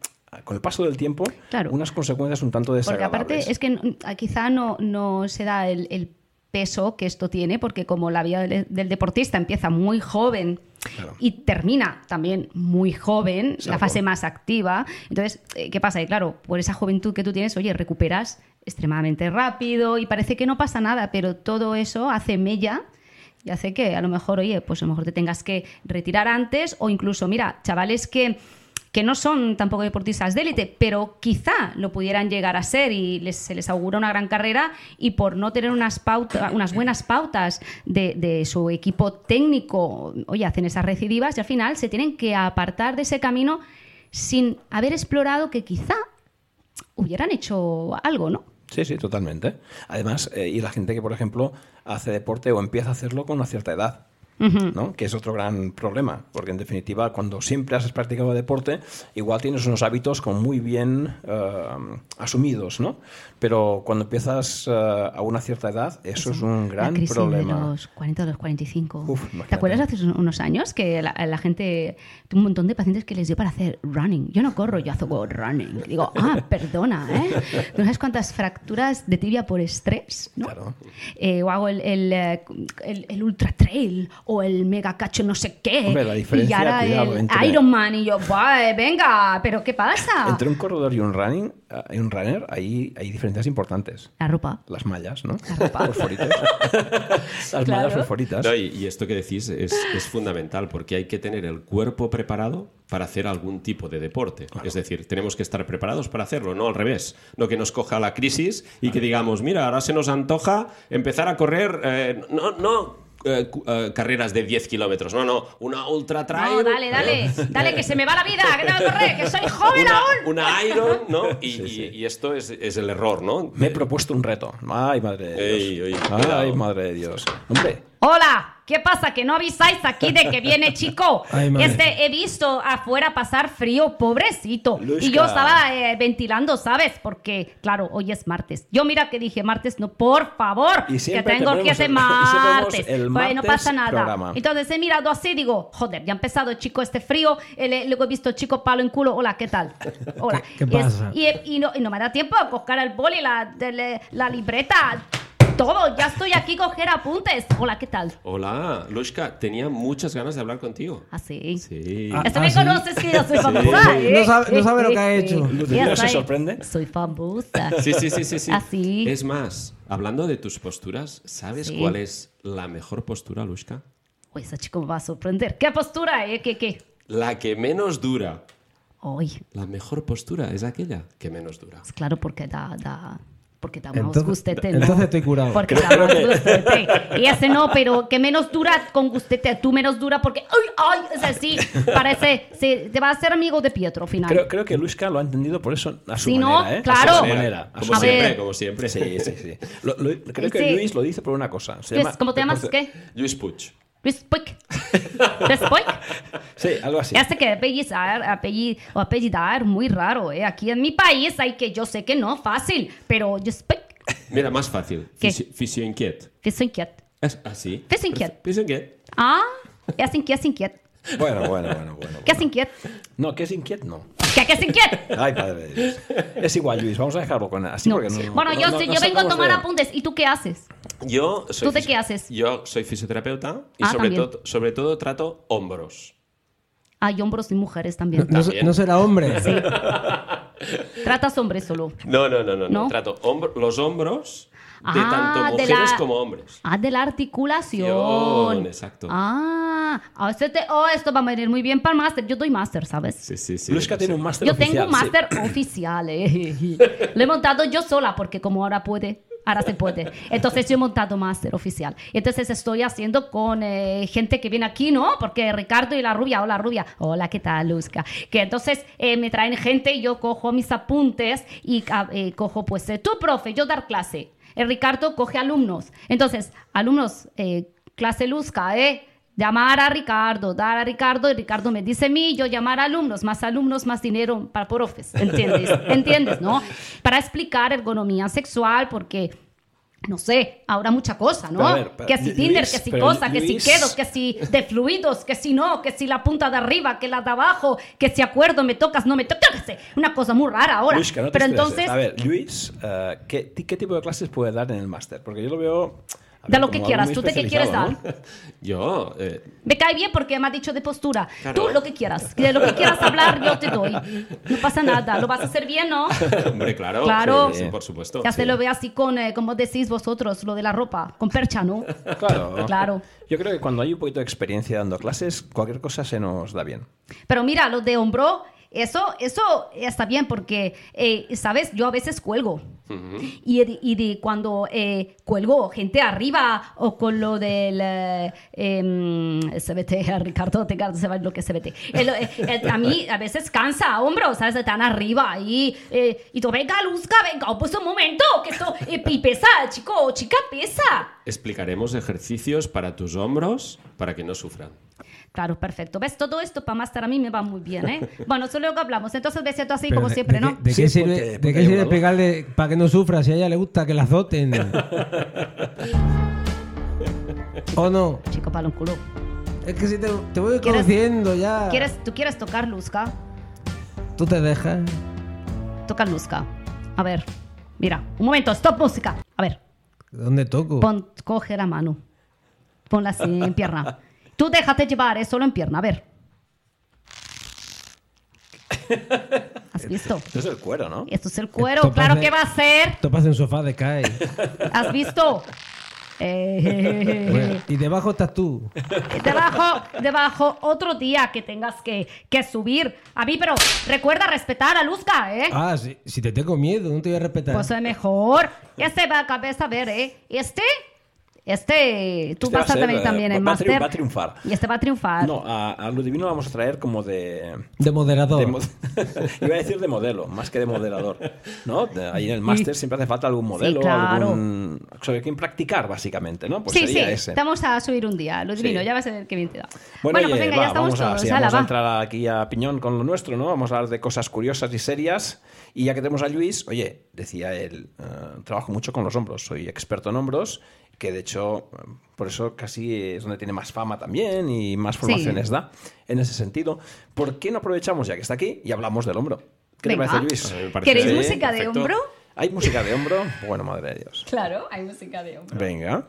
Speaker 2: con el paso del tiempo,
Speaker 4: Claro.
Speaker 2: unas consecuencias un tanto
Speaker 4: Porque
Speaker 2: desagradables.
Speaker 4: aparte es que n- a- quizá no, no se da el, el peso que esto tiene, porque como la vida del, del deportista empieza muy joven
Speaker 2: Claro.
Speaker 4: y termina también muy joven, la
Speaker 2: Exacto.
Speaker 4: fase más activa, entonces, eh, ¿qué pasa? Que claro, por esa juventud que tú tienes, oye, recuperas extremadamente rápido y parece que no pasa nada, pero todo eso hace mella. Y hace que a lo mejor, oye, pues a lo mejor te tengas que retirar antes o incluso, mira, chavales que que no son tampoco deportistas de élite, pero quizá lo pudieran llegar a ser y les- se les augura una gran carrera y por no tener unas, pauta- unas buenas pautas de, de su equipo técnico, oye, hacen esas recidivas y al final se tienen que apartar de ese camino sin haber explorado que quizá hubieran hecho algo, ¿no?
Speaker 2: Sí, sí, totalmente. Además, eh, y la gente que, por ejemplo, hace deporte o empieza a hacerlo con una cierta edad, ¿no? Que es otro gran problema, porque en definitiva, cuando siempre has practicado deporte, igual tienes unos hábitos como muy bien eh, asumidos, ¿no? Pero cuando empiezas eh, a una cierta edad, eso es un gran
Speaker 4: la crisis
Speaker 2: problema.
Speaker 4: De los 40 a los 45.
Speaker 2: Uf, imagínate.
Speaker 4: ¿Te acuerdas hace unos años que la, la gente, tuvo un montón de pacientes que les dio para hacer running? Yo no corro, yo hago running. Y digo, ah, perdona, ¿eh? ¿Tú sabes cuántas fracturas de tibia por estrés? ¿no?
Speaker 2: Claro.
Speaker 4: Eh, o hago el, el, eh, el- el ultra trail o o el mega cacho no sé qué.
Speaker 2: Hombre, la diferencia,
Speaker 4: y ahora
Speaker 2: cuidado,
Speaker 4: el
Speaker 2: entre-
Speaker 4: Iron Man y yo, "Buah, eh, venga, pero ¿qué pasa?
Speaker 2: Entre un corredor y un running, eh, y un runner, hay, hay diferencias importantes.
Speaker 4: La ropa.
Speaker 2: Las mallas, ¿no?
Speaker 4: La ropa.
Speaker 2: Fosforitos. Las
Speaker 4: Claro.
Speaker 2: mallas fosforitas.
Speaker 5: No, y, y esto que decís es, es fundamental porque hay que tener el cuerpo preparado para hacer algún tipo de deporte. Es decir, tenemos que estar preparados para hacerlo, no al revés. No que nos coja la crisis y que digamos, mira, ahora se nos antoja empezar a correr, eh, no, no eh, cu- eh, carreras de 10 kilómetros, no, no, una ultra trail. eh,
Speaker 4: No, dale, dale, ¡Oh, dale, que se me va la vida, que tengo que correr, que soy joven
Speaker 5: una,
Speaker 4: aún.
Speaker 5: una Iron, ¿no? Y, y- y esto es, es el error, ¿no?
Speaker 2: Me he propuesto un reto. Ay, madre de Dios.
Speaker 5: Ey, ey,
Speaker 2: Ay,
Speaker 5: cuidado.
Speaker 2: madre de Dios. Hombre,
Speaker 4: Hola, ¿qué pasa? ¿Que no avisáis aquí de que viene chico?
Speaker 3: Ay, madre.
Speaker 4: este he visto afuera pasar frío, pobrecito.
Speaker 2: Luisca.
Speaker 4: Y yo estaba eh, ventilando, ¿sabes? Porque, claro, hoy es martes. Yo mira que dije martes, no, por favor,
Speaker 2: Y
Speaker 4: que
Speaker 2: siempre
Speaker 4: tengo
Speaker 2: te
Speaker 4: que
Speaker 2: ponemos
Speaker 4: hacer
Speaker 2: el- y siempre ponemos
Speaker 4: martes.
Speaker 2: el
Speaker 4: Pues, no
Speaker 2: martes
Speaker 4: pasa nada.
Speaker 2: programa.
Speaker 4: Entonces he mirado así, digo, joder, ya ha empezado chico este frío, eh, le- luego he visto chico palo en culo, hola, ¿qué tal? Hola.
Speaker 3: ¿Qué- qué
Speaker 4: Y es-
Speaker 3: pasa?
Speaker 4: y, y no, y no me da tiempo a coger el boli, la, de- le- la libreta, todo. Ya estoy aquí coger apuntes. Hola, ¿qué tal?
Speaker 5: Hola, Lushka, tenía muchas ganas de hablar contigo.
Speaker 4: Así.
Speaker 5: Sí.
Speaker 3: Ah,
Speaker 4: Esto me
Speaker 3: ¿sí?
Speaker 4: conoces que yo soy famosa. ¿eh?
Speaker 3: sí. No sabe- no sabe lo que ha hecho.
Speaker 2: Lucía
Speaker 4: Ya
Speaker 2: se
Speaker 4: soy-
Speaker 2: sorprende.
Speaker 4: Soy famosa.
Speaker 5: Sí, sí, sí, sí, sí.
Speaker 4: Así.
Speaker 5: Es más, hablando de tus posturas, ¿sabes
Speaker 4: Sí.
Speaker 5: cuál es la mejor postura, Lushka?
Speaker 4: Uy, esa chico me va a sorprender. ¿Qué postura, eh? ¿Qué, qué?
Speaker 5: La que menos dura.
Speaker 4: Uy,
Speaker 5: La mejor postura es aquella que menos dura.
Speaker 4: es Pues claro porque da... da porque da más
Speaker 3: Entonces-
Speaker 4: gustete, ¿no?
Speaker 3: entonces estoy curado.
Speaker 4: Porque da más gustete. Y ese no, pero que menos dura con gustete. Tú menos dura porque... ¡Ay, ay! Es así. Parece... sí, te va a hacer amigo de Pietro, al final.
Speaker 2: Creo, creo que Luisca lo ha entendido por eso a su
Speaker 4: Si no,
Speaker 2: manera, ¿eh?
Speaker 4: claro.
Speaker 2: A su manera. a su
Speaker 5: Como
Speaker 4: A
Speaker 5: siempre,
Speaker 4: ver.
Speaker 5: como siempre.
Speaker 2: Sí, sí, sí. Lo- lo- creo que
Speaker 4: Sí. Pues
Speaker 2: Luis lo dice por una cosa. Se
Speaker 4: Luis,
Speaker 2: llama-
Speaker 4: ¿Cómo te llamas?
Speaker 2: deporte-
Speaker 4: ¿Qué?
Speaker 5: Luis Puig.
Speaker 4: Luis Puig. Luis Puig.
Speaker 2: Sí, algo así.
Speaker 4: Ya sé que apellizar, apelli- o apellidar muy raro, ¿eh? Aquí en mi país hay que, yo sé que no, fácil, pero yo soy
Speaker 5: Mira, más fácil.
Speaker 4: ¿Qué?
Speaker 5: Fisi- Fisionquiet.
Speaker 4: Fisinquiet.
Speaker 5: Es así.
Speaker 4: Fisionquiet.
Speaker 5: Fisionquiet.
Speaker 4: Ah, ya sin que, sin que.
Speaker 2: Bueno, bueno, bueno, bueno.
Speaker 4: ¿Qué
Speaker 2: bueno.
Speaker 4: sin que?
Speaker 2: No, que es inquieto, no.
Speaker 4: ¿Qué, qué sin que?
Speaker 2: Ay, padre de Dios. Es igual, Luis, vamos a dejarlo con así
Speaker 4: No.
Speaker 2: porque no-
Speaker 4: Bueno,
Speaker 2: no-
Speaker 4: yo,
Speaker 2: no-
Speaker 4: sí,
Speaker 2: no
Speaker 4: yo vengo a
Speaker 2: sacamos
Speaker 4: tomar
Speaker 2: de-
Speaker 4: apuntes. ¿Y tú qué haces?
Speaker 5: Yo soy
Speaker 4: ¿Tú de
Speaker 5: fisio-
Speaker 4: qué haces?
Speaker 5: Yo soy fisioterapeuta y
Speaker 4: Ah,
Speaker 5: sobre,
Speaker 4: también.
Speaker 5: todo, sobre todo trato hombros.
Speaker 4: Ah, Hay hombros y mujeres
Speaker 3: No,
Speaker 4: también.
Speaker 3: no-
Speaker 5: También.
Speaker 3: no será hombre.
Speaker 4: Tratas hombres solo.
Speaker 5: No, no, no, no. no.
Speaker 4: ¿No?
Speaker 5: Trato hombro- los hombros de
Speaker 4: Ah,
Speaker 5: tanto
Speaker 4: de
Speaker 5: mujeres
Speaker 4: la-
Speaker 5: como hombres.
Speaker 4: Ah, de la articulación.
Speaker 5: Articulación, exacto.
Speaker 4: Ah, a este te- oh, esto va a venir muy bien para el máster. Yo doy máster, ¿sabes?
Speaker 5: Sí, sí, sí.
Speaker 2: Luisca tiene un máster
Speaker 4: Yo
Speaker 2: oficial.
Speaker 4: tengo un
Speaker 2: sí.
Speaker 4: máster oficial, eh. Lo he montado yo sola porque como ahora puede, ahora se puede. Entonces yo he montado máster oficial. Y Entonces estoy haciendo con eh, gente que viene aquí, ¿no? Porque Ricardo y la rubia, hola rubia, hola, ¿qué tal, Luzca? Que entonces eh, me traen gente y yo cojo mis apuntes y ah, eh, cojo pues eh, tú, profe, yo dar clase. El Ricardo coge alumnos. Entonces, alumnos, eh, clase Luzca, ¿eh? llamar a Ricardo, dar a Ricardo y Ricardo me dice a mí, yo llamar a alumnos, más alumnos, más dinero para profes, ¿entiendes? ¿Entiendes, no? Para explicar ergonomía sexual porque no sé, ahora mucha cosa, ¿no?
Speaker 2: Pero a ver, pero,
Speaker 4: que si
Speaker 2: Lu-
Speaker 4: Tinder,
Speaker 2: Luis,
Speaker 4: que si
Speaker 2: pero
Speaker 4: cosa, que
Speaker 2: Luis-
Speaker 4: si quedo, que si de fluidos, que si no, que si la punta de arriba, que la de abajo, que si acuerdo, me tocas, no me tocas, yo qué sé, una cosa muy rara ahora.
Speaker 2: Luisca, no te
Speaker 4: pero
Speaker 2: estreses.
Speaker 4: entonces,
Speaker 2: A ver, Luis, eh, ¿qué, ti- qué tipo de clases puede dar en el máster? Porque yo lo veo... a
Speaker 4: da
Speaker 2: ver,
Speaker 4: lo
Speaker 2: como
Speaker 4: que
Speaker 2: algo
Speaker 4: quieras,
Speaker 2: muy
Speaker 4: ¿tú de qué quieres
Speaker 2: especializado,
Speaker 4: dar?
Speaker 2: ¿no?
Speaker 5: Yo, eh,
Speaker 4: Me cae bien porque me ha dicho de postura.
Speaker 5: Claro.
Speaker 4: Tú lo que quieras. De lo que quieras hablar, yo te doy. No pasa nada. Lo vas a hacer bien, ¿no?
Speaker 5: hombre, claro.
Speaker 4: Claro.
Speaker 5: sí, sí, por supuesto.
Speaker 4: Ya se
Speaker 5: sí.
Speaker 4: lo ve así con, eh, como decís vosotros, lo de la ropa, con percha, ¿no?
Speaker 2: Claro.
Speaker 4: Claro.
Speaker 2: Yo creo que cuando hay un poquito de experiencia dando clases, cualquier cosa se nos da bien.
Speaker 4: Pero mira, lo de hombro, eso, eso está bien porque, eh, ¿sabes? Yo a veces cuelgo. y, de, y de cuando eh, cuelgo gente arriba o con lo del eh, em, CBT, Ricardo, te se va lo que es CBT. El- eh, el- a mí a veces cansa, hombro, ¿sabes? Están arriba y, eh, y tú, venga, Luzca, venga, oh, pues un momento, que esto eh, y pesa, chico o chica, pesa.
Speaker 5: Explicaremos ejercicios para tus hombros para que no sufran.
Speaker 4: Claro, perfecto. ¿Ves? Todo esto para máster a mí me va muy bien, ¿eh? Bueno, eso luego hablamos. Entonces, me siento así
Speaker 3: Pero
Speaker 4: como
Speaker 3: de-
Speaker 4: siempre,
Speaker 3: de
Speaker 4: ¿no?
Speaker 3: qué- ¿De
Speaker 2: Sí,
Speaker 3: qué sirve,
Speaker 2: porque-
Speaker 3: de
Speaker 2: porque
Speaker 3: qué
Speaker 2: hay
Speaker 3: sirve
Speaker 2: una duda.
Speaker 3: pegarle para que no sufra? Si a ella le gusta que la azoten. ¿O no?
Speaker 4: Chico, palo en culo.
Speaker 3: Es que si te, te voy
Speaker 4: ¿Quieres-
Speaker 3: conociendo ya.
Speaker 4: ¿Quieres, ¿Tú quieres tocar Luzca?
Speaker 3: Tú te dejas.
Speaker 4: Toca Luzca. A ver, mira. Un momento, stop música. A ver,
Speaker 3: ¿Dónde toco?
Speaker 4: pon, coge la mano. Ponla así en pierna. Tú déjate llevar, es solo en pierna, a ver. ¿Has visto?
Speaker 2: Esto es el cuero, ¿no?
Speaker 4: Esto es el cuero,
Speaker 3: Esto
Speaker 4: claro
Speaker 3: parece-
Speaker 4: que va a ser.
Speaker 3: Topas en sofá de cae.
Speaker 4: ¿Has visto? Eh,
Speaker 3: y debajo estás tú.
Speaker 4: debajo, debajo, otro día que tengas que, que subir. A mí, pero recuerda respetar a Luzca, ¿eh?
Speaker 3: Ah, si, si te tengo miedo, no te voy a respetar.
Speaker 4: Pues es mejor. Este va a cabeza a ver, ¿eh? Este, este, tú
Speaker 2: Este va
Speaker 4: vas
Speaker 2: a
Speaker 4: a
Speaker 2: ser,
Speaker 4: tener
Speaker 2: eh,
Speaker 4: también
Speaker 2: va-
Speaker 4: el
Speaker 2: va a triun-
Speaker 4: máster.
Speaker 2: va a triunfar.
Speaker 4: Y este va a triunfar.
Speaker 2: No, a, a lo divino lo vamos a traer como de.
Speaker 3: de moderador.
Speaker 2: de mo- Iba a decir de modelo, más que de moderador. ¿No? De- Ahí en el máster siempre hace falta algún modelo,
Speaker 4: claro.
Speaker 2: algún. Sobre quien practicar, básicamente, ¿no? Pues
Speaker 4: sí, sí,
Speaker 2: sería ese.
Speaker 4: vamos a subir un día, lo divino,
Speaker 2: Sí.
Speaker 4: ya vas a ver qué bien te da.
Speaker 2: Bueno,
Speaker 4: pues
Speaker 2: oye,
Speaker 4: venga,
Speaker 2: va,
Speaker 4: ya estamos
Speaker 2: vamos, a,
Speaker 4: todos,
Speaker 2: sí,
Speaker 4: ala,
Speaker 2: vamos a
Speaker 4: va.
Speaker 2: entrar aquí a piñón con lo nuestro, ¿no? Vamos a hablar de cosas curiosas y serias. Y ya que tenemos a Luis, oye, decía él, eh, trabajo mucho con los hombros, soy experto en hombros, que de hecho, eh, por eso casi es donde tiene más fama también y más formaciones da en ese sentido. ¿Por qué no aprovechamos ya que está aquí y hablamos del hombro? ¿Qué
Speaker 4: Venga.
Speaker 2: te parece,
Speaker 5: A mí me
Speaker 2: Luis?
Speaker 5: parece
Speaker 4: ¿Queréis
Speaker 5: bien,
Speaker 4: música
Speaker 5: perfecto.
Speaker 4: de hombro?
Speaker 2: ¿Hay música de hombro? Bueno, madre de Dios.
Speaker 4: Claro, hay música de hombro.
Speaker 2: Venga,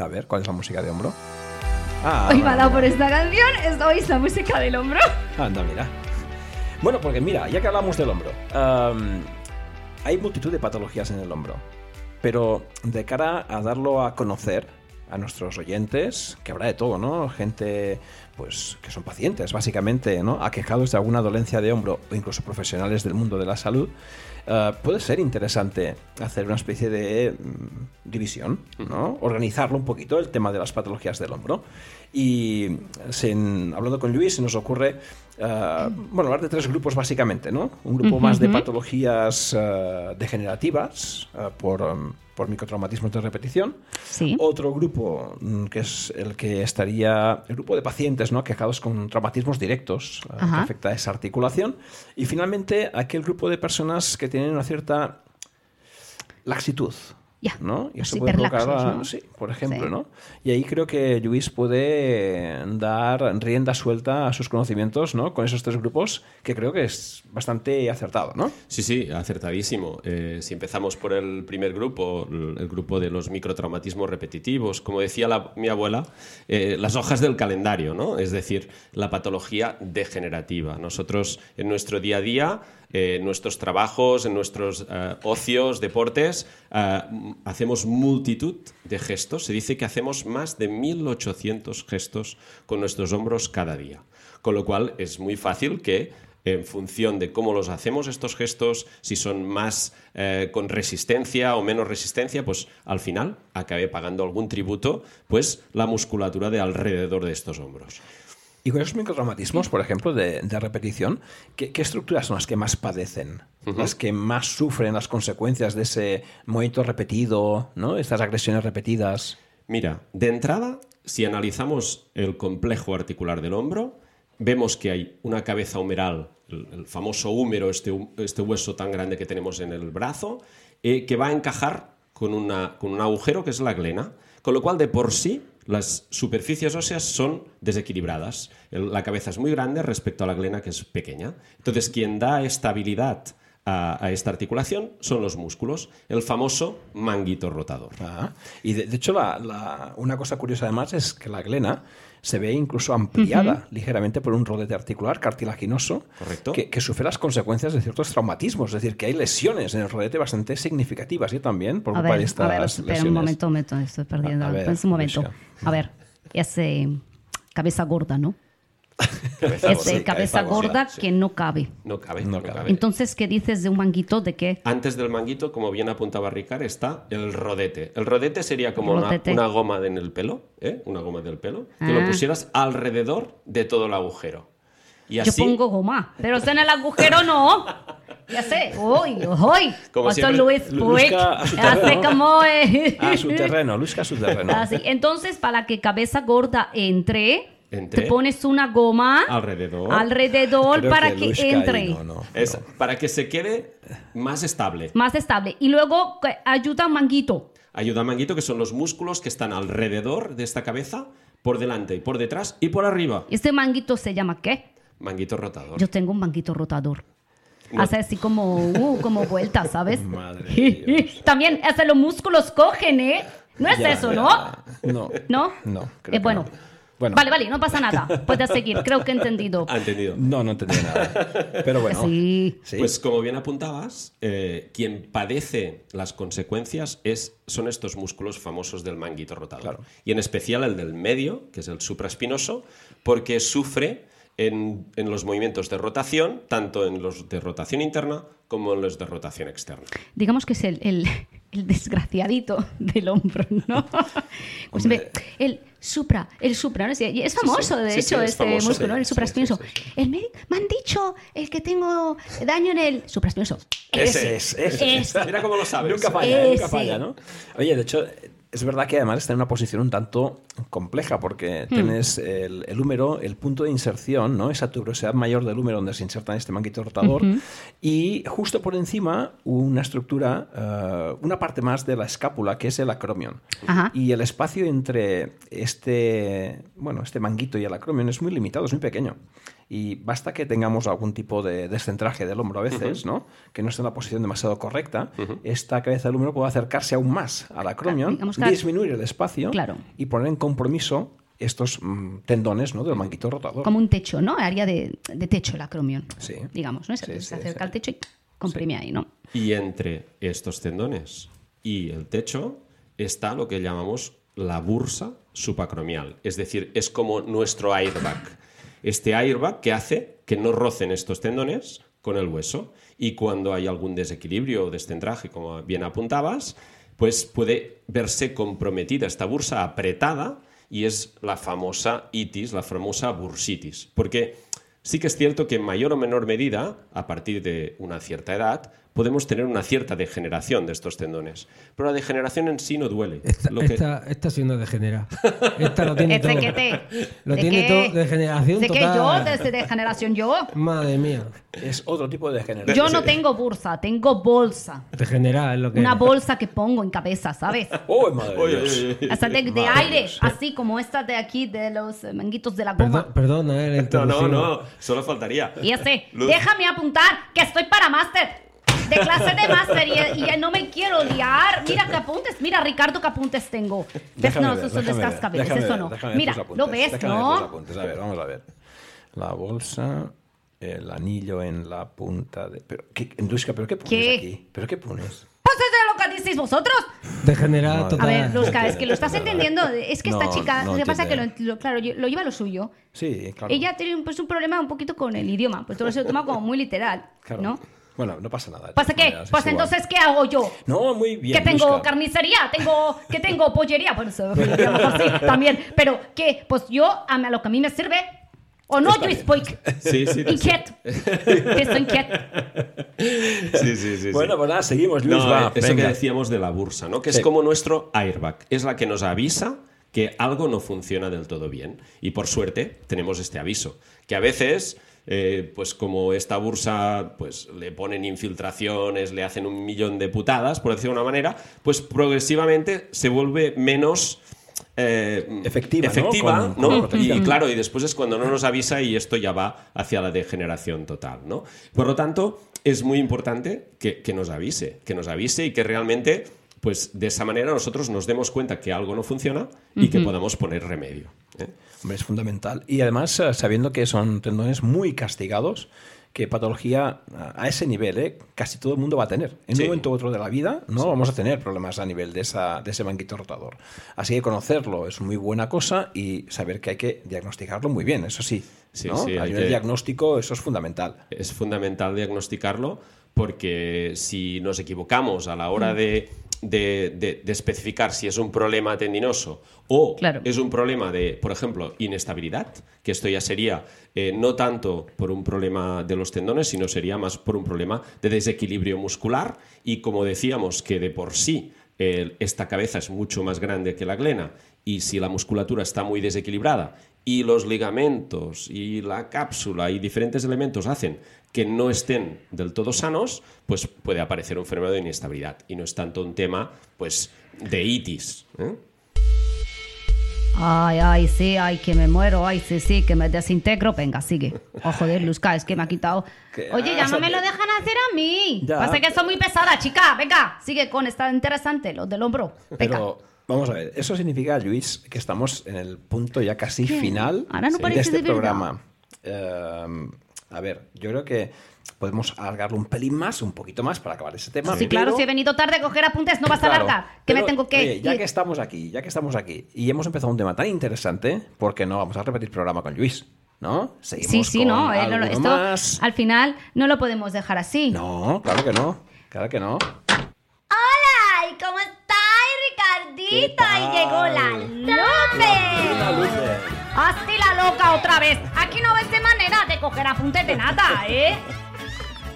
Speaker 2: a ver, ¿cuál es la música de hombro? Ah,
Speaker 4: Hoy me ha
Speaker 2: vale.
Speaker 4: dado por esta canción, es- hoy es la música del hombro.
Speaker 2: Anda, mira. Bueno, porque mira, ya que hablamos del hombro, am, hay multitud de patologías en el hombro, pero de cara a darlo a conocer a nuestros oyentes, que habrá de todo, ¿no? Gente, pues, que son pacientes, básicamente, ¿no? Aquejados de alguna dolencia de hombro o incluso profesionales del mundo de la salud, eh, puede ser interesante hacer una especie de mm, división, ¿no? Organizarlo un poquito, el tema de las patologías del hombro. Y se- en- hablando con Luis, se nos ocurre, eh, bueno, hablar de tres grupos básicamente, ¿no? Un grupo más de patologías eh, degenerativas eh, por, em, por microtraumatismos de repetición.
Speaker 4: Sí.
Speaker 2: Otro grupo mm, que es el que estaría, el grupo de pacientes, ¿no? Quejados con traumatismos directos eh, que
Speaker 4: Ajá.
Speaker 2: afecta a esa articulación. Y finalmente, aquel grupo de personas que tienen una cierta laxitud.
Speaker 4: Ya,
Speaker 2: ¿no? Y
Speaker 4: los
Speaker 2: eso puede provocar,
Speaker 4: hiperlaxos,
Speaker 2: a-
Speaker 4: ¿no?
Speaker 2: sí, por ejemplo,
Speaker 4: Sí.
Speaker 2: ¿no? Y ahí creo que Luis puede dar rienda suelta a sus conocimientos, ¿no? Con esos tres grupos, que creo que es bastante acertado, ¿no?
Speaker 5: Sí, sí, acertadísimo. Eh, si empezamos por el primer grupo, el el grupo de los microtraumatismos repetitivos, como decía la- mi abuela, eh, las hojas del calendario, ¿no? Es decir, la patología degenerativa. Nosotros en nuestro día a día, eh, en nuestros trabajos, en nuestros eh, ocios, deportes, eh, m- hacemos multitud de gestos. Se dice que hacemos más de 1800 gestos con nuestros hombros cada día. Con lo cual es muy fácil que en función de cómo los hacemos estos gestos, si son más eh, con resistencia o menos resistencia, pues al final acabe pagando algún tributo, pues la musculatura de alrededor de estos hombros.
Speaker 2: Y con esos microtraumatismos, por ejemplo, de, de repetición, ¿qué, qué estructuras son las que más padecen? Las que más sufren las consecuencias de ese movimiento repetido, ¿no? Estas agresiones repetidas.
Speaker 5: Mira, de entrada, si analizamos el complejo articular del hombro, vemos que hay una cabeza humeral, el, el famoso húmero, este, hu- este hueso tan grande que tenemos en el brazo, eh, que va a encajar con, una- con un agujero que es la glena, con lo cual de por sí las superficies óseas son desequilibradas. El- la cabeza es muy grande respecto a la glena que es pequeña. Entonces, quien da estabilidad a- a esta articulación son los músculos, el famoso manguito rotador.
Speaker 2: Ah, Y de, de hecho, la- la- una cosa curiosa además es que la glena se ve incluso ampliada ligeramente por un rodete articular cartilaginoso
Speaker 5: Correcto.
Speaker 2: Que, que sufre las consecuencias de ciertos traumatismos. Es decir, que hay lesiones en el rodete bastante significativas y también por
Speaker 4: A
Speaker 2: culpa
Speaker 4: ver,
Speaker 2: de
Speaker 4: a
Speaker 2: estas
Speaker 4: ver, espera un
Speaker 2: lesiones.
Speaker 4: momento, un momento, estoy perdiendo.
Speaker 2: A- a ver,
Speaker 4: un momento.
Speaker 2: Luisca.
Speaker 4: A ver, ese cabeza gorda, ¿no?
Speaker 5: Cabeza
Speaker 4: Ese
Speaker 5: gorda.
Speaker 4: Este, cabeza, gorda, que no cabe.
Speaker 5: No cabe,
Speaker 2: No
Speaker 5: no,
Speaker 2: cabe.
Speaker 5: cabe.
Speaker 4: Entonces, ¿qué dices de un manguito? ¿De qué?
Speaker 5: Antes del manguito, como bien apuntaba Ricard, está el rodete. El rodete sería como una,
Speaker 4: Rodete.
Speaker 5: una goma de- en el pelo, ¿eh? una goma del pelo, que
Speaker 4: Ah.
Speaker 5: lo pusieras alrededor de todo el agujero. Y así,
Speaker 4: Yo pongo goma, pero está en el agujero no. Ya sé, uy, uy.
Speaker 5: Como
Speaker 4: Otro
Speaker 5: siempre,
Speaker 4: Luis
Speaker 2: Lu-
Speaker 4: Puig,
Speaker 2: Luzca a su
Speaker 4: hace
Speaker 2: terreno.
Speaker 4: como... eh.
Speaker 2: A su terreno, Luzca a su terreno.
Speaker 4: Así. Entonces, para que cabeza gorda entre,
Speaker 5: Entre.
Speaker 4: te pones una goma
Speaker 5: Alrededor.
Speaker 4: alrededor
Speaker 2: Creo
Speaker 4: para
Speaker 2: Luis
Speaker 4: que,
Speaker 2: Caí,
Speaker 4: entre.
Speaker 2: no, no,
Speaker 5: es
Speaker 2: no.
Speaker 5: para que se quede más estable.
Speaker 4: Más estable. Y luego que ayuda un manguito.
Speaker 5: Ayuda al manguito, que son los músculos que están alrededor de esta cabeza, por delante y por detrás y por arriba.
Speaker 4: Este manguito se llama ¿qué?
Speaker 5: Manguito rotador.
Speaker 4: Yo tengo un manguito rotador.
Speaker 5: No.
Speaker 4: Hace así como, uh, como vueltas, ¿sabes?
Speaker 2: Madre de
Speaker 4: También hasta los músculos cogen, ¿eh? No es
Speaker 2: Ya,
Speaker 4: eso,
Speaker 2: ya.
Speaker 4: ¿no?
Speaker 2: No.
Speaker 4: ¿No?
Speaker 2: No,
Speaker 4: Eh,
Speaker 2: creo que
Speaker 4: bueno,
Speaker 2: no. Bueno.
Speaker 4: Vale, vale, no pasa nada. Puedes seguir, creo que he entendido.
Speaker 3: Ah,
Speaker 5: Ha entendido.
Speaker 2: No, no entendí nada. Pero bueno.
Speaker 4: Sí.
Speaker 2: Sí.
Speaker 5: Pues como bien apuntabas, eh, quien padece las consecuencias es, son estos músculos famosos del manguito rotador.
Speaker 2: Claro.
Speaker 5: Y en especial el del medio, que es el supraespinoso, porque sufre en, en los movimientos de rotación, tanto en los de rotación interna como en los de rotación externa.
Speaker 4: digamos que es el, el- el desgraciadito del hombro, ¿no? Pues
Speaker 2: Hombre.
Speaker 4: ve, el supra, el supra, ¿no? Sí, y Es
Speaker 5: Sí,
Speaker 4: famoso,
Speaker 5: sí.
Speaker 4: de
Speaker 5: Sí,
Speaker 4: hecho,
Speaker 5: sí, es
Speaker 4: este
Speaker 5: famoso,
Speaker 4: músculo,
Speaker 5: sí.
Speaker 4: el supraespinoso.
Speaker 5: Sí, sí,
Speaker 4: El médico, me han dicho el que tengo daño en el supraespinoso.
Speaker 2: Ese es, ese es.
Speaker 4: Ese.
Speaker 5: Mira cómo lo sabes.
Speaker 2: Nunca falla, ¿eh?
Speaker 4: Ese.
Speaker 2: nunca falla, ¿no? Oye, de hecho, es verdad que además está en una posición un tanto compleja porque tienes el, el húmero, el punto de inserción, ¿no? Esa tuberosidad mayor del húmero donde se inserta este manguito rotador y justo por encima una estructura, eh, una parte más de la escápula que es el acromion.
Speaker 4: Ajá.
Speaker 2: Y el espacio entre este, bueno, este manguito y el acromion es muy limitado, es muy pequeño. Y basta que tengamos algún tipo de descentraje del hombro a veces, ¿no? Que no esté en la posición demasiado correcta. Esta cabeza del hombro puede acercarse aún más al acromion,
Speaker 4: digamos que la-
Speaker 2: disminuir el espacio
Speaker 4: Claro.
Speaker 2: y poner en compromiso estos mm, tendones, ¿no? Del manguito rotador.
Speaker 4: Como un techo, ¿no? Haría de, de techo el acromion,
Speaker 2: Sí.
Speaker 4: digamos, ¿no? Es-
Speaker 2: Sí,
Speaker 4: se
Speaker 2: sí,
Speaker 4: acerca
Speaker 2: sí.
Speaker 4: al techo y comprime ahí, ¿no?
Speaker 5: Y entre estos tendones y el techo está lo que llamamos la bursa subacromial. Es decir, es como nuestro airbag. Este airbag que hace que no rocen estos tendones con el hueso. Y cuando hay algún desequilibrio o descentraje, como bien apuntabas, pues puede verse comprometida esta bursa apretada y es la famosa itis, la famosa bursitis. Porque Sí que es cierto que en mayor o menor medida, a partir de una cierta edad, podemos tener una cierta degeneración de estos tendones. Pero la degeneración en sí no duele.
Speaker 3: Esta,
Speaker 5: Lo que-
Speaker 3: esta, esta sí no degenera. Esta lo tiene
Speaker 4: Este
Speaker 3: todo.
Speaker 4: que te-
Speaker 3: Lo
Speaker 4: de
Speaker 3: tiene
Speaker 4: que-
Speaker 3: todo. Degeneración
Speaker 4: de que yo,
Speaker 3: total.
Speaker 4: desde de generación yo,
Speaker 3: Madre mía.
Speaker 2: Es otro tipo de degeneración.
Speaker 4: yo no tengo bursa, tengo bolsa.
Speaker 3: Degenerar es lo que.
Speaker 4: Una bolsa que pongo en cabeza, ¿sabes?
Speaker 2: ¡Oh, madre
Speaker 5: Oye,
Speaker 2: de Dios!
Speaker 5: oye, oye.
Speaker 4: Hasta de, de
Speaker 2: Madre
Speaker 4: aire,
Speaker 2: mía.
Speaker 4: así como esta de aquí, de los eh, manguitos de la goma.
Speaker 3: Perdón, perdona, eh, la
Speaker 5: No, no,
Speaker 3: introducción.
Speaker 5: no, solo faltaría.
Speaker 4: Y ese,
Speaker 5: Luz.
Speaker 4: déjame apuntar que estoy para máster. De clase de máster y, y ya no me quiero liar. Mira que apuntes, mira Ricardo que apuntes tengo. ¿Ves?
Speaker 2: Déjame
Speaker 4: no,
Speaker 2: ver,
Speaker 4: eso son
Speaker 2: déjame ver,
Speaker 4: descascabeles,
Speaker 2: déjame
Speaker 4: eso
Speaker 2: ver,
Speaker 4: no.
Speaker 2: déjame ver
Speaker 4: Mira,
Speaker 2: tus apuntes,
Speaker 4: lo ves,
Speaker 2: déjame ver tus
Speaker 4: ¿no?
Speaker 2: apuntes. A ver, vamos a ver. La bolsa, eh, el anillo en la punta de... Pero, ¿qué, Luisca, ¿pero qué pones
Speaker 4: ¿Qué?
Speaker 2: aquí? ¿Pero qué pones?
Speaker 4: Pues es de lo que decís vosotros.
Speaker 3: Degenerar
Speaker 2: Madre.
Speaker 4: A
Speaker 3: total.
Speaker 4: ver, Luzca, es que lo estás
Speaker 2: Es verdad.
Speaker 4: entendiendo. Es que
Speaker 2: No,
Speaker 4: esta chica,
Speaker 2: no
Speaker 4: lo que pasa es que lo,
Speaker 2: entiende.
Speaker 4: lo- claro, yo- lo lleva a lo suyo.
Speaker 2: Sí, claro.
Speaker 4: Ella tiene un- pues, un problema un poquito con el idioma, pues todo se lo toma como muy literal,
Speaker 2: Claro.
Speaker 4: ¿no?
Speaker 2: Bueno, no pasa nada. de
Speaker 4: ¿Pasa
Speaker 2: todas
Speaker 4: qué?
Speaker 2: maneras, es
Speaker 4: Pues
Speaker 2: igual.
Speaker 4: entonces, ¿qué hago yo?
Speaker 2: No, muy bien.
Speaker 4: que tengo
Speaker 2: Luzca.
Speaker 4: carnicería, tengo, que tengo pollería, pues a lo mejor sí, también, pero que pues yo a mí- a lo que a mí me sirve, o no, yo spoke.
Speaker 5: Sí, sí, te-
Speaker 4: Inquiet. Estoy inquiet.
Speaker 5: sí, sí, sí, sí.
Speaker 2: Bueno, pues nada, seguimos, Luis.
Speaker 5: No,
Speaker 2: va,
Speaker 5: eso
Speaker 2: venga.
Speaker 5: que decíamos de la bursa, ¿no? Que
Speaker 2: Sí.
Speaker 5: es como nuestro airbag. Es la que nos avisa que algo no funciona del todo bien. Y por suerte tenemos este aviso. Que a veces, eh, pues como esta bursa, pues le ponen infiltraciones, le hacen un millón de putadas, por decirlo de una manera, pues progresivamente se vuelve menos... eh,
Speaker 2: Efectiva, ¿no?
Speaker 5: efectiva,
Speaker 2: Con-
Speaker 5: ¿no?
Speaker 2: con la protección.
Speaker 5: Y claro, y después es cuando no nos avisa y esto ya va hacia la degeneración total, ¿no? Por lo tanto, es muy importante que, que nos avise, que nos avise y que realmente, pues de esa manera nosotros nos demos cuenta que algo no funciona y que podamos poner remedio. ¿eh?
Speaker 2: Hombre, es fundamental. Y además, eh, sabiendo que son tendones muy castigados, que patología a- a ese nivel, ¿eh? casi todo el mundo va a tener. En
Speaker 5: Sí.
Speaker 2: un momento u otro de la vida, no vamos a tener problemas a nivel de, esa, de ese manguito rotador. Así que conocerlo es muy buena cosa y saber que hay que diagnosticarlo muy bien, eso sí.
Speaker 5: Sí,
Speaker 2: ¿no?
Speaker 5: sí,
Speaker 2: a
Speaker 5: hay
Speaker 2: nivel
Speaker 5: que-
Speaker 2: diagnóstico, eso es fundamental.
Speaker 5: Es fundamental diagnosticarlo porque si nos equivocamos a la hora de, de- de- de especificar si es un problema tendinoso o
Speaker 4: Claro.
Speaker 5: es un problema de, por ejemplo, inestabilidad, que esto ya sería eh, no tanto por un problema de los tendones, sino sería más por un problema de desequilibrio muscular y como decíamos que de por sí el- esta cabeza es mucho más grande que la glena y si la musculatura está muy desequilibrada y los ligamentos y la cápsula y diferentes elementos hacen que no estén del todo sanos, pues puede aparecer un fenómeno de inestabilidad y no es tanto un tema pues de itis. ¿eh?
Speaker 4: Ay, ay, sí, ay, que me muero, ay, sí, sí, que me desintegro. Venga, sigue. Oh, joder, Luzca, es que me ha quitado.
Speaker 2: Que-
Speaker 4: Oye,
Speaker 2: ah,
Speaker 4: ya no me
Speaker 2: sale.
Speaker 4: lo dejan hacer a mí.
Speaker 2: Ya.
Speaker 4: Pasa que soy muy pesada, chica. Venga, sigue con, está interesante, los del hombro. Venga.
Speaker 2: Pero Vamos a ver, eso significa, Luis, que estamos en el punto ya casi
Speaker 1: ¿Qué?
Speaker 2: final
Speaker 1: Ahora no
Speaker 2: de
Speaker 1: parece
Speaker 2: este
Speaker 1: de verdad.
Speaker 2: programa. Eh, a ver, yo creo que podemos alargarlo un pelín más, un poquito más para acabar ese tema.
Speaker 1: Sí, claro,
Speaker 2: pero-
Speaker 1: si he venido tarde a coger apuntes, no vas a
Speaker 2: Claro.
Speaker 1: larga. Que me
Speaker 2: Pero,
Speaker 1: tengo que.
Speaker 2: oye, ya
Speaker 1: ir.
Speaker 2: que estamos aquí, ya que estamos aquí y hemos empezado un tema tan interesante, ¿por qué no vamos a repetir programa con Luis? ¿No? Seguimos
Speaker 1: Sí, sí,
Speaker 2: con
Speaker 1: no. eh, no, no,
Speaker 2: alguno
Speaker 1: esto
Speaker 2: más.
Speaker 1: al final no lo podemos dejar así.
Speaker 2: No, claro que no. Claro que no.
Speaker 4: ¡Hola! ¿Y cómo
Speaker 2: ¿Qué
Speaker 4: estáis, Ricardito?
Speaker 2: tal?
Speaker 4: Y llegó la Lupe.
Speaker 1: Hazte la loca otra vez. Aquí no ves de manera de coger apuntes de nada, ¿eh?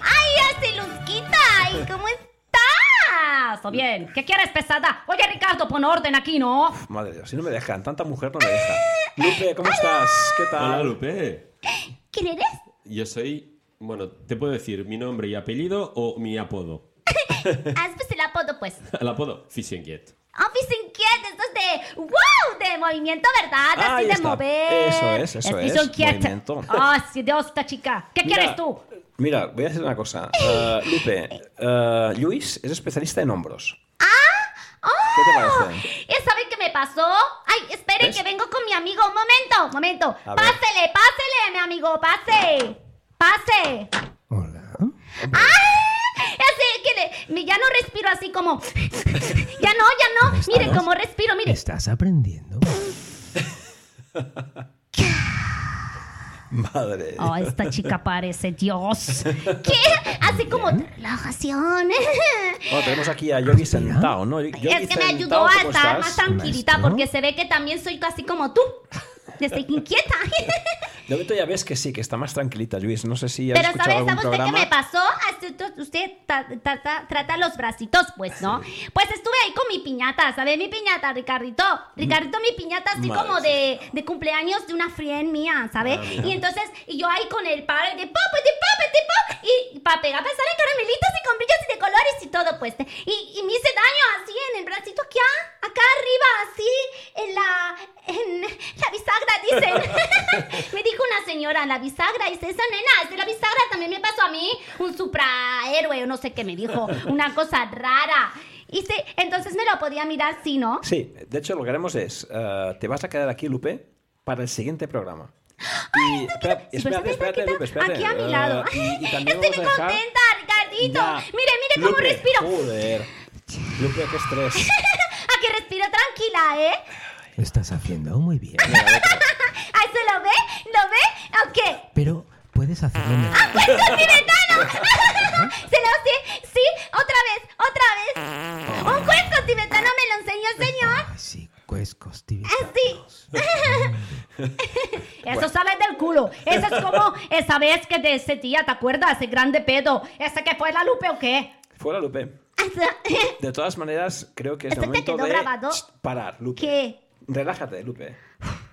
Speaker 4: ¡Ay, así Luzquita! ¿Y cómo estás?
Speaker 1: Hazlo bien. ¿Qué quieres, pesada? Oye, Ricardo, pon orden aquí, ¿no?
Speaker 2: Madre de Dios, si no me dejan, tanta mujer no me deja. Lupe, ¿cómo estás? ¿Qué tal?
Speaker 5: Hola, Lupe.
Speaker 4: ¿Quién eres?
Speaker 5: Yo soy. Bueno, te puedo decir mi nombre y apellido o mi apodo.
Speaker 4: Haz pues el apodo, pues.
Speaker 5: El apodo, Fischenkiet.
Speaker 4: Office Inquiet, esto es de wow, de movimiento, ¿verdad? Así
Speaker 2: Ah, Ahí
Speaker 4: de
Speaker 2: está.
Speaker 4: mover.
Speaker 2: Eso es, eso es.
Speaker 1: Fischl Kiet.
Speaker 2: Movimiento.
Speaker 1: Ah, sí, Dios, esta chica. ¿Qué quieres tú?
Speaker 2: Mira, voy a decir una cosa. Eh, Lupe, eh, Luis es especialista en hombros.
Speaker 4: Ah,
Speaker 2: ¿Qué te
Speaker 4: oh.
Speaker 2: parece?
Speaker 4: ¿Ya saben qué me pasó? Ay, esperen
Speaker 2: ¿Ves?
Speaker 4: que vengo con mi amigo. Un momento, un momento.
Speaker 2: A ver.
Speaker 4: Pásele, pásele, mi amigo, pase. Pase.
Speaker 3: Hola.
Speaker 4: Ya sé que le- me- ya no respiro así como. ya no, ya no. Mire cómo respiro, mire.
Speaker 3: ¿Estás aprendiendo?
Speaker 2: Madre. de
Speaker 4: Ah,
Speaker 1: Oh, esta chica parece Dios.
Speaker 4: ¿Qué? Así como de relajación.
Speaker 2: Bueno, tenemos aquí a Yogi sentado, ¿no? Yo- Yogi
Speaker 4: es que me
Speaker 2: sentado,
Speaker 4: ayudó a
Speaker 2: ¿cómo estás?
Speaker 4: estar más tranquilita
Speaker 3: Maestro.
Speaker 4: porque se ve que también soy casi como tú. Estoy inquieta.
Speaker 2: De momento ya ves que sí, que está más tranquilita, Luis. No sé si has
Speaker 4: Pero
Speaker 2: escuchado
Speaker 4: ¿sabes
Speaker 2: algún
Speaker 4: sabe usted qué
Speaker 2: programa.
Speaker 4: me pasó? Así tú- Usted ta- ta- ta- trata los bracitos, pues, ¿no? Pues estuve ahí con mi piñata, ¿sabe? Mi piñata, Ricardito. Ricardito, mi piñata así
Speaker 2: Madre
Speaker 4: como de, de cumpleaños de una friend mía, ¿sabe? y entonces, y yo ahí con el padre de pop, de pop, de pop, y para pegar, para salir caramelitos y con brillos y de colores y todo, pues. Y, y me hice daño así en el bracito aquí, ah, acá arriba, así, en la, en la bisagra, dicen. me dijo una señora, la bisagra, dice, esa nena, es de la bisagra también me pasó a mí, un suprahéroe, o no sé qué me dijo, una cosa rara. Y se- entonces me lo podía mirar, sí, ¿no?
Speaker 2: Sí, de hecho lo que haremos es, eh, te vas a quedar aquí, Lupe, para el siguiente programa. Y, espera-
Speaker 4: súper
Speaker 2: espérate, espérate,
Speaker 4: tranquila,
Speaker 2: Lupe, espérate.
Speaker 4: Aquí a mi lado.
Speaker 2: Eh, y, y también
Speaker 4: Estoy
Speaker 2: vamos
Speaker 4: muy
Speaker 2: a dejar...
Speaker 4: contenta, Ricardito.
Speaker 2: Ya.
Speaker 4: Mire, mire cómo
Speaker 2: Lupe,
Speaker 4: respiro.
Speaker 2: Joder. Lupe, qué estrés.
Speaker 1: Ah,
Speaker 4: Aquí respiro tranquila, ¿eh?
Speaker 3: Lo estás haciendo muy bien.
Speaker 4: Ahí se lo ve, lo ve, ok.
Speaker 3: Pero puedes hacerlo
Speaker 4: ¡Ah,
Speaker 3: mejor.
Speaker 4: pues es mi tibetano! ¡Se lo sí, sí! ¡Otra vez, otra vez! ¡Un cuento tibetano me lo enseñó el señor!
Speaker 3: Ah, sí, cuescos
Speaker 4: ¡Así!
Speaker 1: Eso sale del culo. Eso es como esa vez que te ese tía, ¿te acuerdas? Ese grande pedo. ¿Ese que fue la Lupe o qué?
Speaker 2: Fuera, Lupe. De todas maneras, creo que es el
Speaker 4: Esto se
Speaker 2: momento
Speaker 4: quedó
Speaker 2: de
Speaker 4: grabado.
Speaker 2: Shh, parar, Lupe.
Speaker 4: ¿Qué?
Speaker 2: Relájate, Lupe.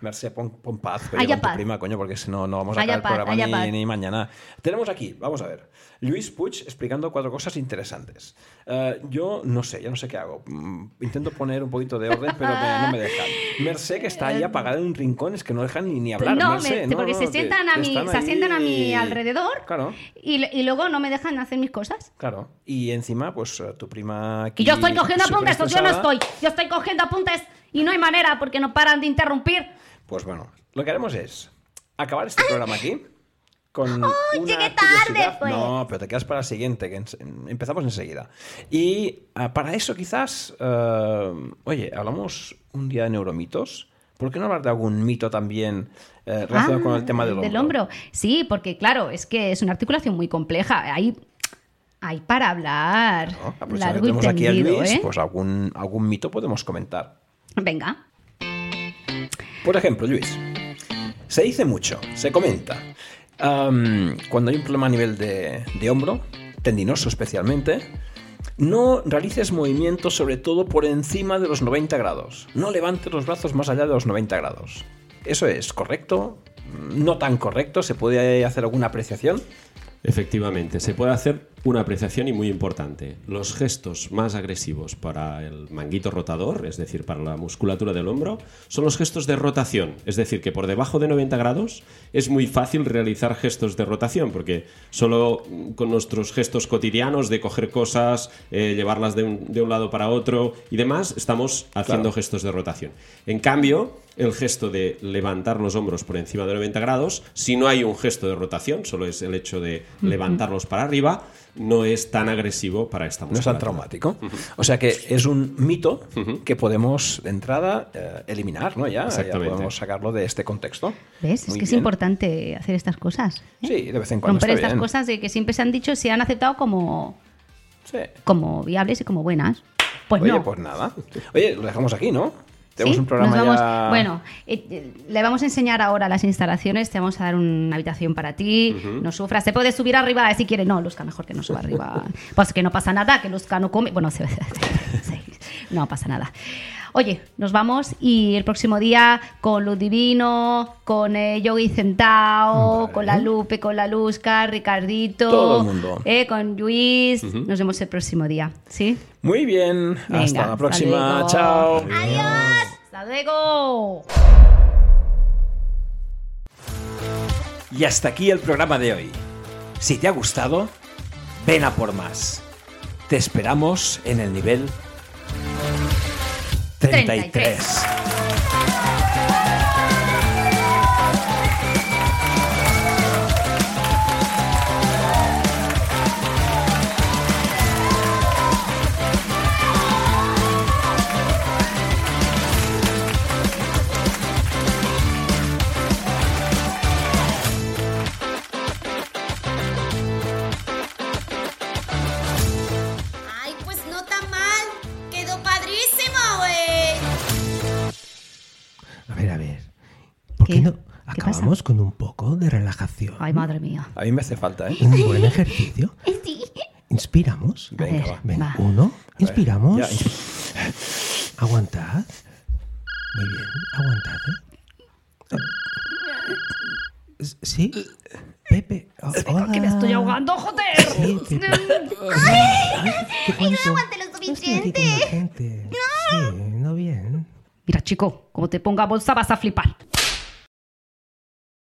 Speaker 2: Merced, pon, pon paz, pero
Speaker 1: Haya
Speaker 2: con tu
Speaker 1: paz.
Speaker 2: prima, coño, porque si no, no vamos a
Speaker 1: Haya
Speaker 2: acabar el
Speaker 1: paz, haya
Speaker 2: programa
Speaker 1: paz.
Speaker 2: ni, ni mañana. Tenemos aquí, vamos a ver, Luis Puig explicando cuatro cosas interesantes. Eh, yo no sé, ya no sé qué hago. Mm, Intento poner un poquito de orden, pero me- no me dejan. Merced, que está ahí apagada en un rincón, es que no dejan ni, ni hablar.
Speaker 1: Eh, No,
Speaker 2: Merced,
Speaker 1: me-
Speaker 2: no,
Speaker 1: porque
Speaker 2: no,
Speaker 1: se
Speaker 2: te-
Speaker 1: sientan a
Speaker 2: te
Speaker 1: mi-
Speaker 2: están
Speaker 1: se sientan a mi
Speaker 2: ahí-
Speaker 1: alrededor.
Speaker 2: Claro.
Speaker 1: Y, y luego no me dejan hacer mis cosas.
Speaker 2: Claro, y encima, pues eh, tu prima.
Speaker 1: Y yo estoy cogiendo apuntes, o
Speaker 2: superestresada,
Speaker 1: yo no estoy. Yo estoy cogiendo apuntes y no hay manera porque no paran de interrumpir.
Speaker 2: Pues bueno, lo que haremos es acabar este programa aquí. Con una
Speaker 4: llegué tarde,
Speaker 2: curiosidad.
Speaker 4: pues.
Speaker 2: No, pero te quedas para el siguiente, que ens- empezamos enseguida. Y ah, para eso, quizás, eh, oye, hablamos un día de neuromitos. ¿Por qué no hablar de algún mito también eh, relacionado
Speaker 1: Ah,
Speaker 2: con el tema del hombro?
Speaker 1: Sí, porque claro, es que es una articulación muy compleja. Hay, hay para hablar.
Speaker 2: ¿No? Aprovechando Ah, que
Speaker 1: Largo y
Speaker 2: tenemos aquí pues a
Speaker 1: tendido,
Speaker 2: Luis,
Speaker 1: ¿eh?
Speaker 2: pues algún, algún mito podemos comentar.
Speaker 1: Venga.
Speaker 2: Por ejemplo, Luis, se dice mucho, se comenta, am, cuando hay un problema a nivel de, de hombro, tendinoso especialmente, no realices movimientos sobre todo por encima de los 90 grados. No levantes los brazos más allá de los 90 grados. ¿Eso es correcto? ¿No tan correcto? ¿Se puede hacer alguna apreciación?
Speaker 5: Efectivamente, se puede hacer una apreciación y muy importante. Los gestos más agresivos para el manguito rotador, es decir, para la musculatura del hombro, son los gestos de rotación. Es decir, que por debajo de 90 grados es muy fácil realizar gestos de rotación, porque solo mm, con nuestros gestos cotidianos de coger cosas, eh, llevarlas de un, de un lado para otro y demás, estamos haciendo gestos de rotación. En cambio, el gesto de levantar los hombros por encima de 90 grados, si no hay un gesto de rotación, solo es el hecho de levantarlos para arriba, no es tan agresivo para esta
Speaker 2: No es tan
Speaker 5: musculatura.
Speaker 2: traumático. O sea que es un mito que podemos, de entrada, eh, eliminar, ¿no? Ya, ya
Speaker 5: Exactamente.
Speaker 2: podemos sacarlo de este contexto.
Speaker 4: ¿Ves?
Speaker 2: Muy
Speaker 4: es que es
Speaker 2: bien.
Speaker 4: importante hacer estas cosas. ¿eh?
Speaker 2: Sí, de vez en cuando.
Speaker 4: Romper
Speaker 2: está
Speaker 4: estas
Speaker 2: bien.
Speaker 4: cosas de que siempre se han dicho, se han aceptado como,
Speaker 2: Sí.
Speaker 4: como viables y como buenas. Pues
Speaker 2: Oye,
Speaker 4: no.
Speaker 2: pues nada. Oye, lo dejamos aquí, ¿no? Tenemos
Speaker 4: ¿Sí?
Speaker 2: un programa
Speaker 4: Nos vamos-
Speaker 2: ya.
Speaker 4: Bueno, eh, eh, le vamos a enseñar ahora las instalaciones, te vamos a dar una habitación para ti, no sufras, te puedes subir arriba eh, si quieres. No, Luzca, mejor que no suba arriba. Pues que no pasa nada, que Luzca no come. Bueno, se- sí, no pasa nada. Oye, nos vamos y el próximo día con Luz Divino, con eh, Yogi Centao,
Speaker 2: Vale.
Speaker 4: con la Lupe, con la Luzca, Ricardito,
Speaker 2: Todo el mundo.
Speaker 4: eh, con Luis. Nos vemos el próximo día, ¿sí?
Speaker 2: Muy bien.
Speaker 4: Venga,
Speaker 2: hasta la
Speaker 4: hasta
Speaker 2: próxima.
Speaker 4: luego.
Speaker 2: Chao.
Speaker 4: ¡Hasta luego!
Speaker 2: Y hasta aquí el programa de hoy. Si te ha gustado, ven a por más. Te esperamos en el nivel 33.
Speaker 4: 33.
Speaker 6: Ay, pues no tan mal. Quedó padrísimo, güey.
Speaker 3: A ver, a ver. ¿Por qué,
Speaker 4: ¿Qué?
Speaker 3: no
Speaker 4: ¿Qué
Speaker 3: acabamos con un poco de relajación?
Speaker 4: Ay, madre mía.
Speaker 2: A mí me hace falta, ¿eh?
Speaker 3: Un buen ejercicio.
Speaker 6: Sí.
Speaker 3: Inspiramos.
Speaker 4: A
Speaker 2: Venga,
Speaker 4: ver,
Speaker 2: va.
Speaker 3: Venga,
Speaker 4: va.
Speaker 3: uno. Inspiramos.
Speaker 2: Ya,
Speaker 3: Aguantad. Muy bien, aguantad, ¿eh? S- ¿Sí? Pepe. o- hola.
Speaker 4: Que me estoy ahogando,
Speaker 3: Sí,
Speaker 4: joder.
Speaker 3: Pepe. Ay, qué bonito.
Speaker 6: aguanté lo
Speaker 3: No estoy aquí con la gente. Sí, no bien.
Speaker 4: Mira, chico, como te ponga bolsa vas a flipar.